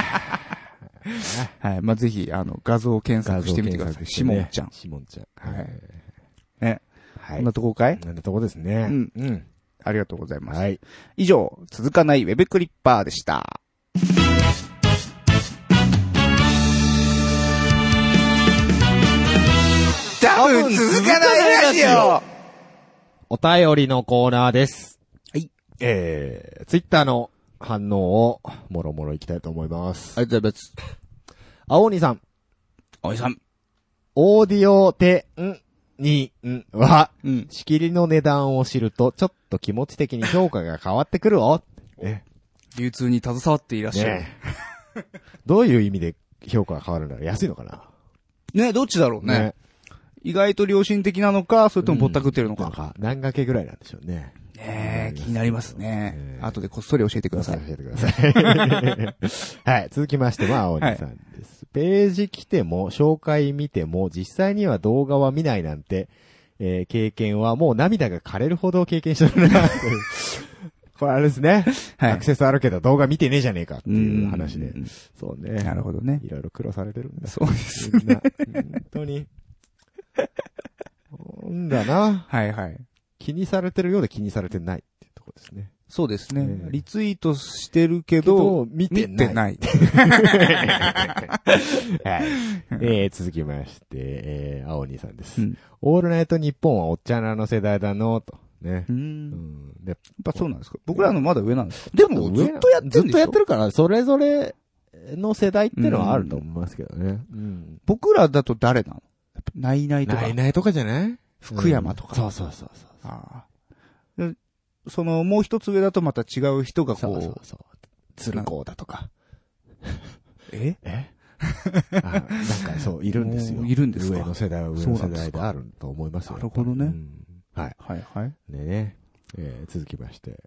Speaker 2: はい。まあ、ぜひ、あの、画像検索してみてください。シモンちゃん。
Speaker 1: シモンちゃん。
Speaker 2: はい。ね
Speaker 1: ね。
Speaker 2: こ
Speaker 1: は
Speaker 2: ん
Speaker 1: い。
Speaker 2: なとこかい
Speaker 1: なんなとこですね。
Speaker 2: うん
Speaker 1: うん。
Speaker 2: ありがとうございます。
Speaker 1: はい。
Speaker 2: 以上、続かないウェブクリッパーでした。多分続かないラジオ
Speaker 1: お便りのコーナーです。
Speaker 2: はい。
Speaker 1: えー、ツイッターの反応を、もろもろいきたいと思います。
Speaker 2: りがとうございます。
Speaker 1: 青鬼さん、
Speaker 2: おいさん。
Speaker 1: オーディオテンに、んは、
Speaker 2: うん。
Speaker 1: *laughs* 仕切りの値段を知ると、ちょっと気持ち的に評価が変わってくるわ。え、
Speaker 2: 流通に携わっていらっしゃる。
Speaker 1: ねえ *laughs* どういう意味で評価が変わるんだろう安いのかな
Speaker 2: ねどっちだろうね。意外と良心的なのか、それともぼったくってるの
Speaker 1: なん
Speaker 2: か。
Speaker 1: か、何掛けぐらいなんでしょうね。
Speaker 2: ねえ気になりますね
Speaker 1: ね。
Speaker 2: 後でこっそり教えてくださ
Speaker 1: 教
Speaker 2: い。
Speaker 1: えてくだ
Speaker 2: *laughs*
Speaker 1: さい。はい、続きましては、青鬼さんです。ページ来ても、紹介見ても、実際には動画は見ないなんて、えー経験はもう涙が枯れるほど経験してるな、と
Speaker 2: *laughs*
Speaker 1: いうこれあれですね。
Speaker 2: はい
Speaker 1: アクセスあるけど動画見てねえじゃねえかっていう話
Speaker 2: う
Speaker 1: で
Speaker 2: ん。
Speaker 1: そうね。
Speaker 2: なるほどね。
Speaker 1: いろいろ苦労されてるんだ。
Speaker 2: そうです。
Speaker 1: みんな。本当に。うんだな。
Speaker 2: はいはい。
Speaker 1: 気にされてるようで気にされてないっていうところですね。
Speaker 2: そうですね
Speaker 1: え。え
Speaker 2: リツイートしてるけ
Speaker 1: けど
Speaker 2: ど、、
Speaker 1: 見て
Speaker 2: 見
Speaker 1: な
Speaker 2: て
Speaker 1: い。
Speaker 2: ない。
Speaker 1: はい。えー、続きまして、えー、青鬼さんです。
Speaker 2: うん
Speaker 1: オールナイト日本はおっちゃんらの世代だの、と。ね
Speaker 2: う。
Speaker 1: うん
Speaker 2: やっ
Speaker 1: ん。で、
Speaker 2: ぱそうなんですか僕らのまだ上なんですか
Speaker 1: で
Speaker 4: も
Speaker 1: ずっとやってるずっとやってるから、それぞれの世代っていうのはあると思いますけどね。うん。
Speaker 2: 僕らだと誰なのやっぱナイナイとか
Speaker 1: ない、ないとかじゃない
Speaker 2: 福山とか。
Speaker 1: そうそうそうそう。
Speaker 2: ああでその、もう一つ上だとまた違う人がこ
Speaker 1: そう
Speaker 2: う、
Speaker 1: そうそう。鶴光だとか。
Speaker 2: え
Speaker 1: えあ *laughs* なんかそう、いるんですよ。
Speaker 2: おーいるんですか
Speaker 1: 上の世代は上の世代であると思いますよ。
Speaker 2: そうなんですかなるほどね
Speaker 1: うんはい。
Speaker 2: はいはい。
Speaker 1: でね、えー続きまして、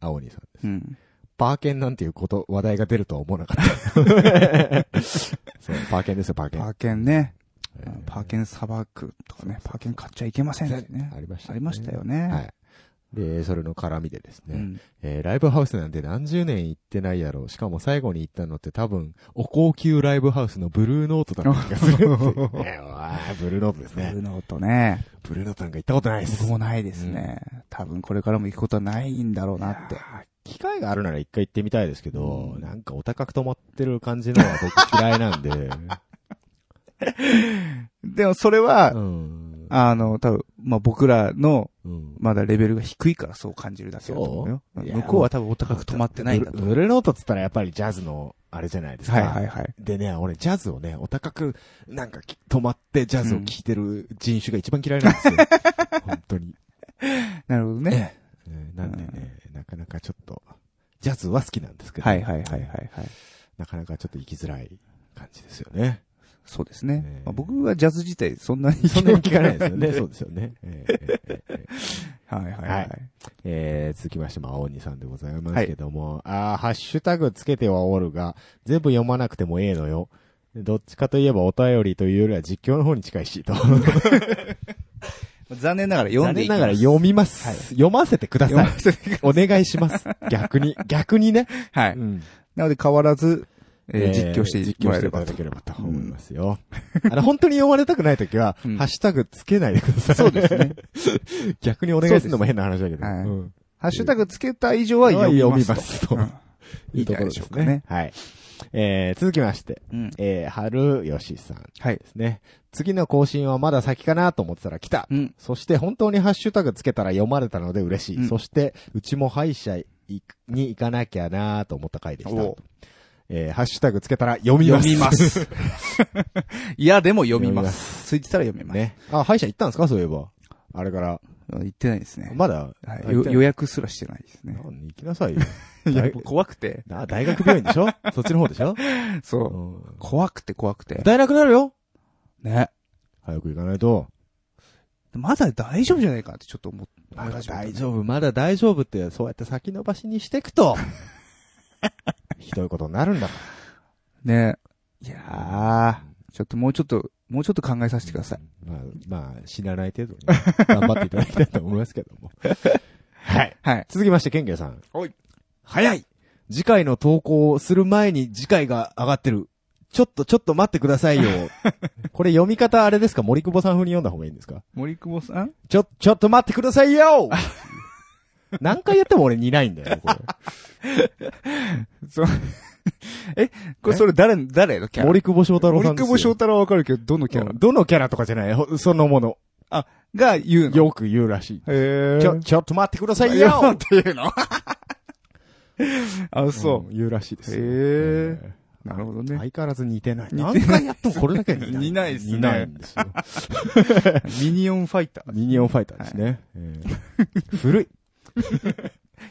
Speaker 1: 青鬼さんです。
Speaker 2: うん。
Speaker 1: パーケンなんていうこと、話題が出るとは思わなかった。そう、パーケンですよ、パーケン。
Speaker 2: パーケンね。
Speaker 1: えー
Speaker 2: パーケン砂漠とかね、パーケン買っちゃいけませんってね。
Speaker 1: ありました、
Speaker 2: ありましたよね。
Speaker 1: はい。で、それの絡みでですね、
Speaker 2: *laughs* うん
Speaker 1: えーライブハウスなんて何十年行ってないやろう。しかも最後に行ったのって多分、お高級ライブハウスのブルーノートだった気がするっていう。 *laughs* ねうわーブルーノートです
Speaker 2: ブル
Speaker 1: ね
Speaker 2: ー。ノートね。
Speaker 1: ブルーノートなんか行ったことないです
Speaker 2: 僕。もないですね。多分これからも行くことはないんだろうなって。
Speaker 1: 機会があるなら一回行ってみたいですけど、なんかお高く泊まってる感じのは僕嫌いなん *laughs* で。
Speaker 2: でもそれは、
Speaker 1: うん。
Speaker 2: あの、多分まあ僕らの、
Speaker 1: うん
Speaker 2: まだレベルが低いからそう感じるだけだと思うよ。
Speaker 1: そう
Speaker 2: うん
Speaker 1: いや
Speaker 2: 向こうは多分お高く止まってないんだと
Speaker 1: ブル
Speaker 2: 思う。
Speaker 1: ブルーノートっつったらやっぱりジャズの、あれじゃないですか。
Speaker 2: はいはいはい。
Speaker 1: でね、俺ジャズをね、お高く、なんかき止まってジャズを聴いてる人種が一番嫌いなん
Speaker 2: *laughs*
Speaker 1: ですよ。本当に。
Speaker 2: なるほどね。
Speaker 1: ねなんでね、なかなかちょっと、ジャズは好きなんですけど、
Speaker 2: はいはいはいはいはい。
Speaker 1: なかなかちょっと行きづらい感じですよね。
Speaker 2: そうですね。
Speaker 1: ええ
Speaker 2: まあ、僕はジャズ自体そんな *laughs* に
Speaker 1: そんなに聞かないですよね。
Speaker 2: そ
Speaker 1: そううですよね。えーえーえー
Speaker 2: はいはいはい。
Speaker 1: はいえー続きましても、青鬼さんでございますけども、あーハッシュタグつけてはおるが、全部読まなくてもええのよ。どっちかといえばお便りというよりは実況の方に近いし、と。
Speaker 2: 残念ながら読んでいきま
Speaker 1: 残念な
Speaker 2: す
Speaker 1: がら読みます。読ませてください。
Speaker 2: *laughs* 読ませてくだ
Speaker 1: お願いします。逆に、逆にね。
Speaker 2: さい。は
Speaker 1: う
Speaker 2: い。
Speaker 1: ん
Speaker 2: なので変わらず、えー実況して
Speaker 1: 実
Speaker 2: も
Speaker 1: 況
Speaker 2: ら
Speaker 1: し
Speaker 2: え
Speaker 1: て
Speaker 2: れ
Speaker 1: いた
Speaker 2: ば
Speaker 1: だ
Speaker 2: と。
Speaker 1: ければと思いますよ。あの、本当に読まれたくないときは、
Speaker 2: うん
Speaker 1: ハッシュタグつけないでください。
Speaker 2: そうですね。
Speaker 1: *laughs* 逆にお願いするのも変な話だけど。
Speaker 2: はい
Speaker 1: うん
Speaker 2: ハッシュタグつけた以上は読みます
Speaker 1: は読み
Speaker 2: と。
Speaker 1: ます
Speaker 2: うんいいところでしょうかね。
Speaker 1: はい。えー続きまして、
Speaker 2: うん。
Speaker 1: えー、春吉さん
Speaker 2: はい
Speaker 1: で。すね。次の更新はまだ先かなと思ってたら来た。
Speaker 2: うん。
Speaker 1: そして本当にハッシュタグつけたら読まれたので嬉しい。
Speaker 2: うん
Speaker 1: そして、うちも歯医者に行かなきゃなと思った回でし
Speaker 2: お
Speaker 1: た
Speaker 2: う。
Speaker 1: えーハッシュタグつけたら読みま
Speaker 2: 読
Speaker 1: す。
Speaker 2: みま。す。いや、でも読みま。
Speaker 1: 読みます
Speaker 2: ついてたら読みます。
Speaker 1: *laughs* ね。あ、歯医者行ったんですかそういえば。あれから。
Speaker 2: 言ってないですね。
Speaker 1: まだ、
Speaker 2: はいよ予約すらしてないですね。
Speaker 1: なん行きなさい
Speaker 2: *laughs*
Speaker 1: よ。
Speaker 2: いや
Speaker 1: 大、
Speaker 2: もう怖くて。
Speaker 1: な大学病院でしょそっちの方でしょ、う
Speaker 2: そう。
Speaker 1: ん、
Speaker 2: 怖くて怖くて。
Speaker 1: 大学なるよ
Speaker 2: ね。
Speaker 1: 早く行かないと。
Speaker 2: まだ大丈夫じゃないかなってちょっと思っ思い始めた
Speaker 1: 大丈夫、まだ大丈夫って、そうやって先延ばしにしていく *laughs* と、ひどいことになるんだか
Speaker 2: ね。いやー、ちょっともうちょっと、もうちょっと考えさせてください。
Speaker 1: ら。まあ、まあ、死なない程度に、 *laughs* 頑張っていただきたいと思いますけども。はい。
Speaker 2: はい。
Speaker 1: 続きまして、ケンケンさん。
Speaker 2: はい。
Speaker 1: 早い次回の投稿をする前に次回が上がってる。ちょっと、ちょっと待ってくだ *laughs* さいよ。これ読み方あれですか森久保さん風に読んだ方がいいんですか
Speaker 2: 森久保さん
Speaker 1: ちょ、ちょっと待ってください *laughs* よ何回やっても俺似ないんだよね、 *laughs* こ
Speaker 2: そう。え、これそれ誰の、誰のキ
Speaker 1: れ。
Speaker 2: ャラ
Speaker 1: 森久保翔太郎さんで
Speaker 2: 森
Speaker 1: す
Speaker 2: 久
Speaker 1: よ。
Speaker 2: 保翔太郎はわかるけど、どのキャラ
Speaker 1: うんどのキャラとかじゃないほそのもの。
Speaker 2: が言うの
Speaker 1: よく言うらしい。
Speaker 2: へ
Speaker 1: ちょ、ちょっと待ってください
Speaker 2: よっ
Speaker 1: よ
Speaker 2: ていうの *laughs* あ、
Speaker 1: そ、
Speaker 2: そう
Speaker 1: 言うらしいですよ。
Speaker 2: へ
Speaker 1: え
Speaker 2: う。なるほど
Speaker 1: 相
Speaker 2: ね。
Speaker 1: 変わらず似てない。
Speaker 2: 似てない
Speaker 1: 何回やってもこれだけは似ない。
Speaker 2: *laughs* 似ないっすね
Speaker 1: 似ないんですよ。
Speaker 2: ミニオンファイター。 *laughs*
Speaker 1: ミニオンファイターですね。えー古い。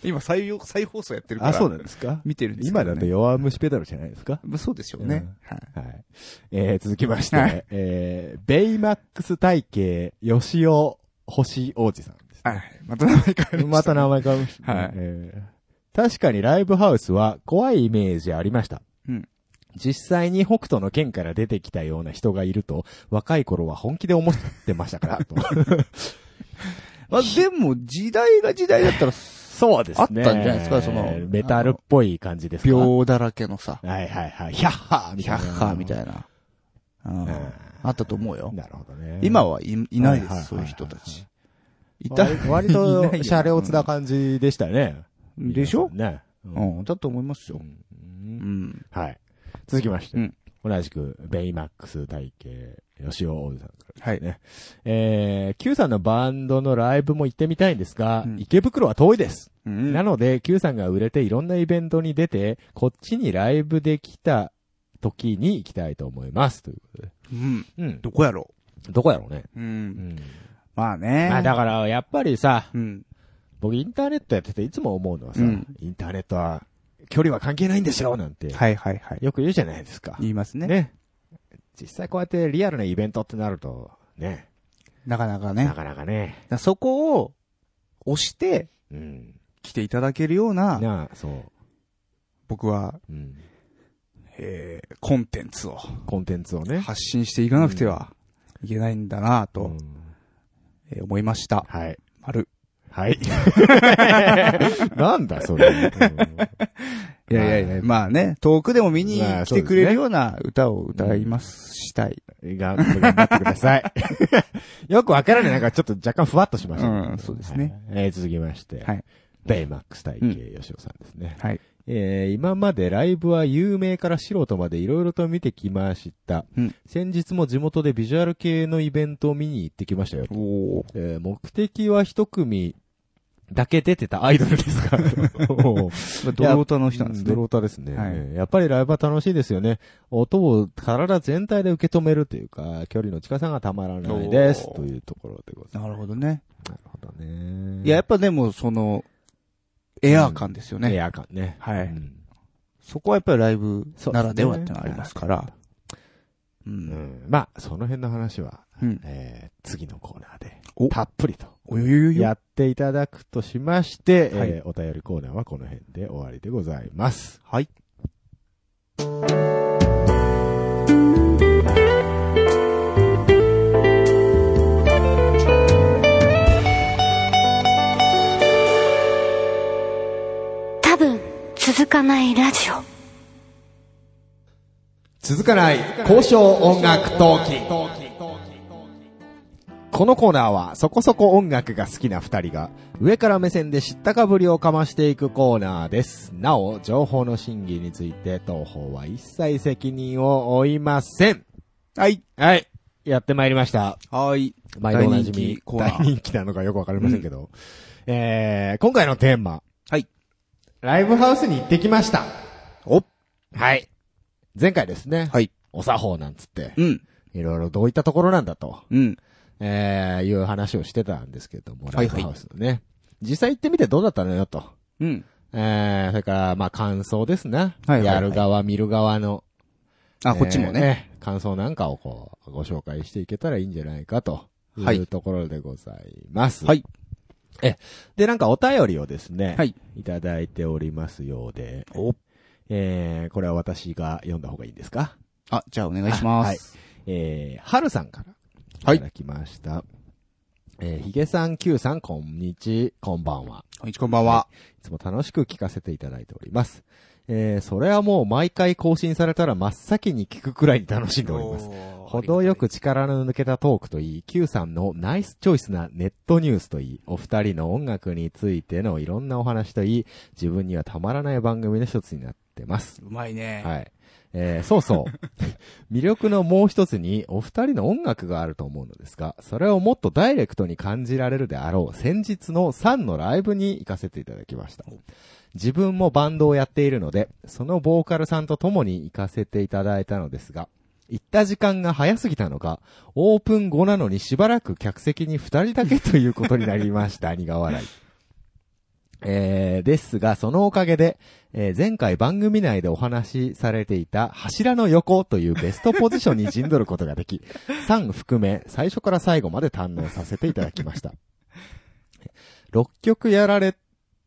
Speaker 2: 今再用、再放送やってるから。
Speaker 1: あ、そうなんですか
Speaker 2: 見てるんです
Speaker 1: 今だと
Speaker 2: よ。
Speaker 1: 弱虫ペダルじゃないですか
Speaker 2: まあそうでしょうね。はい。
Speaker 1: はい。えー、続きまして、
Speaker 2: はい
Speaker 1: えー、ベイマックス体型、吉尾星王子さんです。
Speaker 2: はい。また名前変える。
Speaker 1: また名前変わりましたね、
Speaker 2: はい
Speaker 1: えー確かにライブハウスは怖いイメージありました。
Speaker 2: うん
Speaker 1: 実際に北斗の剣から出てきたような人がいると、若い頃は本気で思ってました
Speaker 2: *laughs*
Speaker 1: から、と
Speaker 2: まあでも、時代が時代だったら、
Speaker 1: そうです
Speaker 2: ねあったんじゃないですかその
Speaker 1: メタルっぽい感じですかはい
Speaker 2: 秒だらけのさ、
Speaker 1: はいはい。ヒャッハーみ
Speaker 2: ヒ
Speaker 1: た
Speaker 2: ャ
Speaker 1: いな。
Speaker 2: ッハーみたいな。うん
Speaker 1: うん
Speaker 2: あったと思うよ。
Speaker 1: なるほどね。
Speaker 2: 今はいいないで
Speaker 1: はいはいはいはい
Speaker 2: す、そういう人たち。いた
Speaker 1: 割割と、
Speaker 2: *laughs* いないよ
Speaker 1: シャレオツな感じでしたね。
Speaker 2: でしょ
Speaker 1: ね。う
Speaker 2: うんん、だと思います
Speaker 1: う
Speaker 2: よ。
Speaker 1: ん
Speaker 2: うん。
Speaker 1: はい。続きまして、
Speaker 2: うん
Speaker 1: 同じく、ベイマックス体系、吉尾王子さんから。
Speaker 2: はい。
Speaker 1: えー、Q さんのバンドのライブも行ってみたいんですが、
Speaker 2: うん
Speaker 1: 池袋は遠いです。
Speaker 2: うん
Speaker 1: なので、Q さんが売れていろんなイベントに出て、こっちにライブできた時に行きたいと思います。ということで。
Speaker 2: うん。
Speaker 1: うん。
Speaker 2: どこやろ
Speaker 1: どこやろうね。
Speaker 2: うう。
Speaker 1: うんん。
Speaker 2: まあね。
Speaker 1: まあだから、やっぱりさ、
Speaker 2: うん。
Speaker 1: 僕インターネットやってていつも思うのはさ、
Speaker 2: うん
Speaker 1: インターネットは距離は関係ないんですよなんて、
Speaker 2: はいはいはい。
Speaker 1: よく言うじゃないですか。
Speaker 2: 言いますね。
Speaker 1: ね。実際こうやってリアルなイベントってなると、ね。
Speaker 2: なかなかね。だ
Speaker 1: な
Speaker 2: か
Speaker 1: かなかね。
Speaker 2: らそこを押して
Speaker 1: うん。
Speaker 2: 来ていただけるような、
Speaker 1: なあ、そう。
Speaker 2: 僕は、
Speaker 1: うん。
Speaker 2: えー、コンテンツを
Speaker 1: コンテンツをね。
Speaker 2: 発信していかなくてはいけないんだな
Speaker 1: う
Speaker 2: と
Speaker 1: ん、
Speaker 2: えー思いました。
Speaker 1: はい。
Speaker 2: 丸。
Speaker 1: はい。 *laughs* なんだ、それ。
Speaker 2: いやいやいや、まあね、遠くでも見に
Speaker 1: まあ
Speaker 2: 来
Speaker 1: そう
Speaker 2: て
Speaker 1: です
Speaker 2: く
Speaker 1: ね
Speaker 2: れるような歌を歌います、したい。
Speaker 1: うんが頑張ってください。 *laughs* よくわからない。なんかちょっと若干ふわっとしましたけど。
Speaker 2: うんそうですね
Speaker 1: はい。えー続きまして。
Speaker 2: はい
Speaker 1: ベイマックス体系、吉尾さんですね。
Speaker 2: はい。
Speaker 1: えー今までライブは有名から素人までいろいろと見てきました、
Speaker 2: うん
Speaker 1: 先日も地元でビジュアル系のイベントを見に行ってきましたよ。
Speaker 2: おー
Speaker 1: えー目的は一組だけ出てたアイドルです *laughs*
Speaker 2: *laughs*
Speaker 1: かおー
Speaker 2: ドロータの人なんです
Speaker 1: う
Speaker 2: ね
Speaker 1: ド。ロータですね、
Speaker 2: はい
Speaker 1: えーやっぱりライブは楽しいですよね。音を体全体で受け止めるというか、距離の近さがたまらないです。
Speaker 2: おー
Speaker 1: というところでございます。
Speaker 2: なるほどね。
Speaker 1: なるほどね。
Speaker 2: いや、やっぱでも、その、エアー感ですよね。
Speaker 1: エア感ね。
Speaker 2: は
Speaker 1: う
Speaker 2: い。
Speaker 1: ん
Speaker 2: そこはやっぱりライ
Speaker 1: そ
Speaker 2: ブ
Speaker 1: うですね
Speaker 2: ならではってのはありますから。う。
Speaker 1: うんんまあ、その辺の話は、
Speaker 2: うん。
Speaker 1: えー次のコーナーで
Speaker 2: お、
Speaker 1: たっぷりと
Speaker 2: およよよよ。
Speaker 1: やっていただくとしまして、
Speaker 2: はい
Speaker 1: えーお便りコーナーはこの辺で終わりでございます。
Speaker 2: はい。
Speaker 5: 多分続かないラジオ
Speaker 1: 続かない交渉音楽トーキン。このコーナーはそこそこ音楽が好きな二人が上から目線で知ったかぶりをかましていくコーナーです。なお、情報の審議について東方は一切責任を負いません。
Speaker 2: はい。
Speaker 1: はい。やってまいりました。
Speaker 2: はい。
Speaker 1: 毎度おなじ
Speaker 2: 大人
Speaker 1: み
Speaker 2: 気、コーナー
Speaker 1: 大人気なのかよくわかりませんけど。えー、今回のテーマ。
Speaker 2: はい。
Speaker 1: ライブハウスに行ってきました。
Speaker 2: お
Speaker 1: はい。前回ですね。
Speaker 2: はい。
Speaker 1: お作法なんつって、
Speaker 2: うん。
Speaker 1: いろいろどういったところなんだと、
Speaker 2: うん。
Speaker 1: えー、いう話をしてたんですけども、
Speaker 2: は
Speaker 1: ラ
Speaker 2: い
Speaker 1: イ
Speaker 2: は
Speaker 1: ブ
Speaker 2: い
Speaker 1: ハウスのね。実際行ってみてどうだったのよと。
Speaker 2: うん。
Speaker 1: えー、それから、まあ感想ですな。
Speaker 2: はいはいはい
Speaker 1: やる側、見る側の。
Speaker 2: あ、
Speaker 1: えー
Speaker 2: こっちもね。。
Speaker 1: 感想なんかをこう、ご紹介していけたらいいんじゃないかと。
Speaker 2: はいいう
Speaker 1: ところでございます。
Speaker 2: はい。
Speaker 1: え、で、なんかお便りをですね。
Speaker 2: はい。
Speaker 1: いただいておりますようで。
Speaker 2: お
Speaker 1: えー、これは私が読んだ方がいいんですか
Speaker 2: あ、じゃあお願いします。
Speaker 1: えー、はるさんから。
Speaker 2: はい
Speaker 1: いただきました。えー、ひげさん、きゅうさん、こんにち、こんばんは。
Speaker 2: こんにちはこんばんは。
Speaker 1: いつも楽しく聞かせていただいております。えー、それはもう毎回更新されたら真っ先に聞くくらいに楽しんでおります。程よく力の抜けたトークといい、Q さんのナイスチョイスなネットニュースといい、お二人の音楽についてのいろんなお話といい、自分にはたまらない番組の一つになってます。
Speaker 2: うまいね。
Speaker 1: はい。えーそうそう。 *laughs* 魅力のもう一つに、お二人の音楽があると思うのですが、それをもっとダイレクトに感じられるであろう、先日のサンのライブに行かせていただきました。自分もバンドをやっているので、そのボーカルさんと共に行かせていただいたのですが、行った時間が早すぎたのか、オープン後な *laughs* のにしばらく客席に二人だけということになりました。苦笑い。えーですが、そのおかげで、えー前回番組内でお話しされていた柱の横というベストポジションに陣取ることができ、3含め最初から最後まで堪能させていただきました。6曲やられ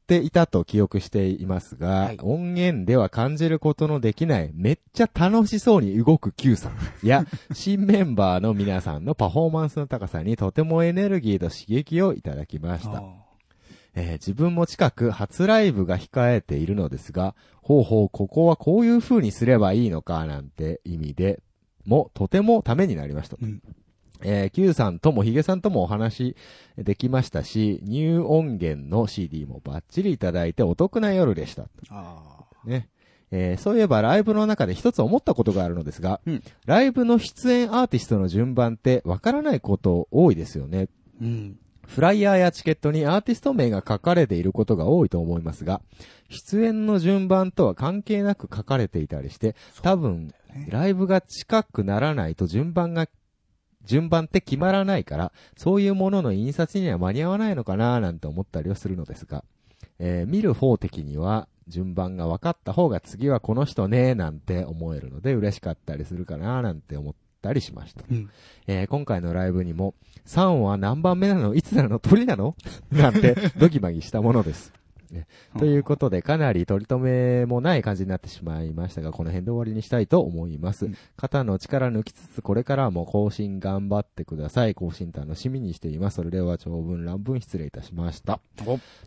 Speaker 1: ていたと記憶していますが、音源では感じることのできないめっちゃ楽しそうに動く Q さんや、 *laughs* 新メンバーの皆さんのパフォーマンスの高さにとてもエネルギーと刺激をいただきました。えー自分も近く初ライブが控えているのですが、ほうほう、ここはこういう風にすればいいのか、なんて意味で、もとてもためになりました。
Speaker 6: うん
Speaker 1: えー Q さんともヒゲさんともお話できましたし、ニュー音源の CD もバッチリいただいてお得な夜でした。
Speaker 6: あ
Speaker 1: ね。えーそういえばライブの中で一つ思ったことがあるのですが、
Speaker 6: うん
Speaker 1: ライブの出演アーティストの順番ってわからないこと多いですよね。
Speaker 6: ーうん。
Speaker 1: フライヤーやチケットにアーティスト名が書かれていることが多いと思いますが、出演の順番とは関係なく書かれていたりして、多分、ライブが近くならないと順番が、順番って決まらないから、そういうものの印刷には間に合わないのかなーなんて思ったりはするのですが、えー見る方的には、順番が分かった方が次はこの人ねーなんて思えるので嬉しかったりするかなーなんて思ったりしました。
Speaker 6: うん
Speaker 1: えー今回のライブにも、3は何番目なのいつなの鳥なのなんて、ドギマギしたものです。ねということで、かなり取り留めもない感じになってしまいましたが、この辺で終わりにしたいと思います。肩の力抜きつつ、これからも更新頑張ってください。更新楽しみにしています。それでは長文乱文失礼いたしました。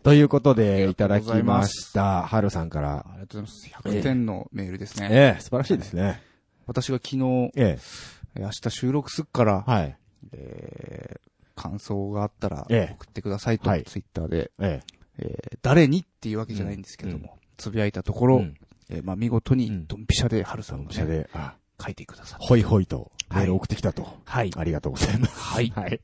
Speaker 1: ということで、いただきました。はるさんから。
Speaker 2: ありがとうございます。100点のメールですね。
Speaker 1: ええ素晴らしいですね。
Speaker 2: 私が昨日、
Speaker 1: え
Speaker 2: え明日収録すっから
Speaker 1: え、はい。
Speaker 2: えー感想があったら
Speaker 1: ええ
Speaker 2: 送ってくださいと、
Speaker 1: はい
Speaker 2: ツイッターで、
Speaker 1: え
Speaker 2: えー誰にっていうわけじゃないんですけども、
Speaker 1: うん
Speaker 2: つぶやいたと
Speaker 1: え
Speaker 2: ころ、
Speaker 1: うん
Speaker 2: えーまあ見事
Speaker 1: う
Speaker 2: に
Speaker 1: ん
Speaker 2: ドンピシャで春さんが、
Speaker 7: お茶
Speaker 2: ね、
Speaker 7: で、あ、
Speaker 2: 書いてくださって。
Speaker 7: ほいほいと、メール送ってきたと。
Speaker 2: はい。
Speaker 7: ありがとうございます。
Speaker 2: はい。
Speaker 1: はい。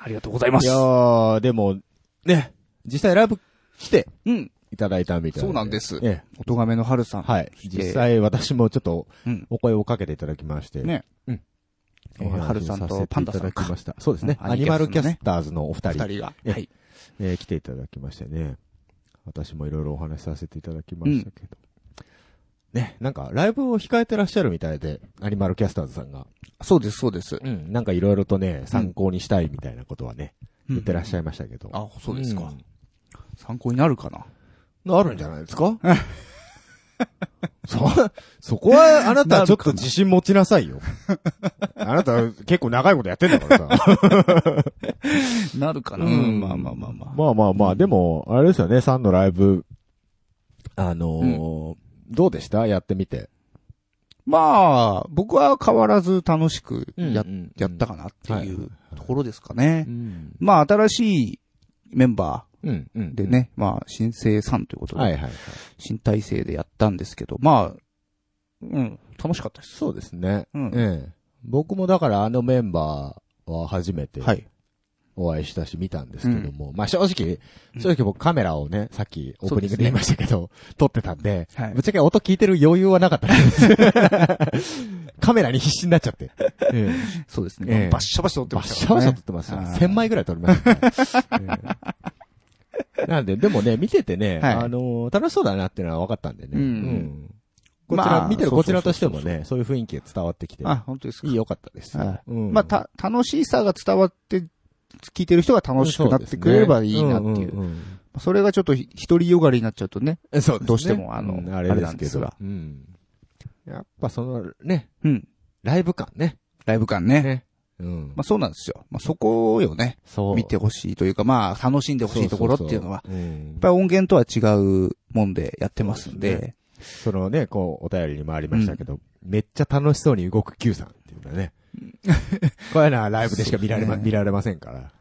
Speaker 2: ありがとうございま
Speaker 1: い
Speaker 2: す
Speaker 1: や。ー、でも、ね、実際ライブ来て
Speaker 2: うん。
Speaker 1: いただいたみたいな。
Speaker 2: そうなんです
Speaker 1: ええ。
Speaker 2: おとがめの春さん。
Speaker 1: はい。実際私もちょっと
Speaker 2: うん、
Speaker 1: お声をかけていただきまして。
Speaker 2: ね。
Speaker 1: うん。
Speaker 2: えー春さんと
Speaker 1: お話をせていただきました。そうですね。
Speaker 2: うん
Speaker 1: アニマルキャスターズのお二
Speaker 2: 二
Speaker 1: 人、
Speaker 2: 人が。
Speaker 1: ええ
Speaker 2: はい。
Speaker 1: えー来ていただきましてね。私もいろいろお話しさせていただきましたけど。ね、なんか、ライブを控えてらっしゃるみたいで、アニマルキャスターズさんが。
Speaker 2: そうです、そうです。
Speaker 1: うん、なんかいろいろとね、参考にしたいみたいなことはね、言ってらっしゃいましたけど。
Speaker 2: あ、そうですか。
Speaker 1: ん
Speaker 2: 参考になるかな。
Speaker 1: あるんじゃないです *laughs* かそ、そこはあなたちょっと自信持ちなさいよ。 *laughs* あなた結構長いことやってんだからさ。
Speaker 2: なるかな。
Speaker 1: うん
Speaker 2: まあまあまあまあ。
Speaker 1: *laughs* まあまあまあ、でも、あれですよね、サンのライブ。あのーどうでしたやってみて。
Speaker 2: まあ、僕は変わらず楽しくや,、
Speaker 1: うんうん
Speaker 2: やったかなっていうところですかね。
Speaker 1: ん。
Speaker 2: まあ、新しいメンバ
Speaker 1: うん、う
Speaker 2: ー
Speaker 1: ん。
Speaker 2: でね、まあ、新生さんということで、
Speaker 1: はいはい。
Speaker 2: 新体制でやったんですけど、まあ、うん、楽しかったです。
Speaker 1: そうですね。
Speaker 2: うん
Speaker 1: ええ僕もだからあのメンバーは初めて
Speaker 2: はい。
Speaker 1: お会いしたし見たんですけども、まあ正直、正直僕カメラをね、さっきオープニングで言いましたけど、撮ってたんで、
Speaker 2: はい
Speaker 1: ぶっちゃけ音聞いてる余裕はなかったです。
Speaker 2: *laughs*
Speaker 1: カメラに必死になっちゃって。ええ
Speaker 2: そうです
Speaker 1: え
Speaker 2: ね。
Speaker 1: え
Speaker 2: バッシャバシャ撮って
Speaker 1: バ
Speaker 2: ま
Speaker 1: ッ
Speaker 2: し
Speaker 1: シ
Speaker 2: た
Speaker 1: ャ
Speaker 2: から
Speaker 1: バ
Speaker 2: ね。
Speaker 1: シャ撮ってますよ。
Speaker 2: はい
Speaker 1: 1000枚ぐらい撮りましたから、ええなんで、でもね、見ててね、
Speaker 2: はい
Speaker 1: あのー楽しそうだなっていうのは分かったんでね。
Speaker 2: うん
Speaker 1: んこちら、
Speaker 2: まあ
Speaker 1: 見てるこちらとして
Speaker 2: そ
Speaker 1: も
Speaker 2: うそうそう
Speaker 1: ね、そういう雰囲気が伝わってきて、
Speaker 2: あ、本当ですか。
Speaker 1: いい良かったです。
Speaker 2: はい
Speaker 1: うん
Speaker 2: まあ、た、楽しさが伝わって、聞いてる人が楽しくなってくれればいいなっていう。
Speaker 1: んんん
Speaker 2: それがちょっとひ一人よがりになっちゃうとね。
Speaker 1: そうですね
Speaker 2: どうしてもあの
Speaker 1: んあれですけど
Speaker 2: あれなんですが
Speaker 1: うん。やっぱその、ね、
Speaker 2: うん。
Speaker 1: ライブ感ね。
Speaker 2: ライブ感ね。
Speaker 1: ね。うん
Speaker 2: まあそうなんですよ。まあそこをよね、
Speaker 1: そう。
Speaker 2: 見てほしいというか、まあ楽しんでほしいところっていうのは、
Speaker 1: そうそうそう。うん
Speaker 2: やっぱり音源とは違うもんでやってますん
Speaker 1: そう
Speaker 2: で、
Speaker 1: そのね、こう、お便りにもありましたけど、めっちゃ楽しそうに動く Q さんっていうのは
Speaker 2: *laughs*
Speaker 1: ね。こういうのはライブでしか見られま、
Speaker 2: そうですね
Speaker 1: 見られませんから。
Speaker 2: だか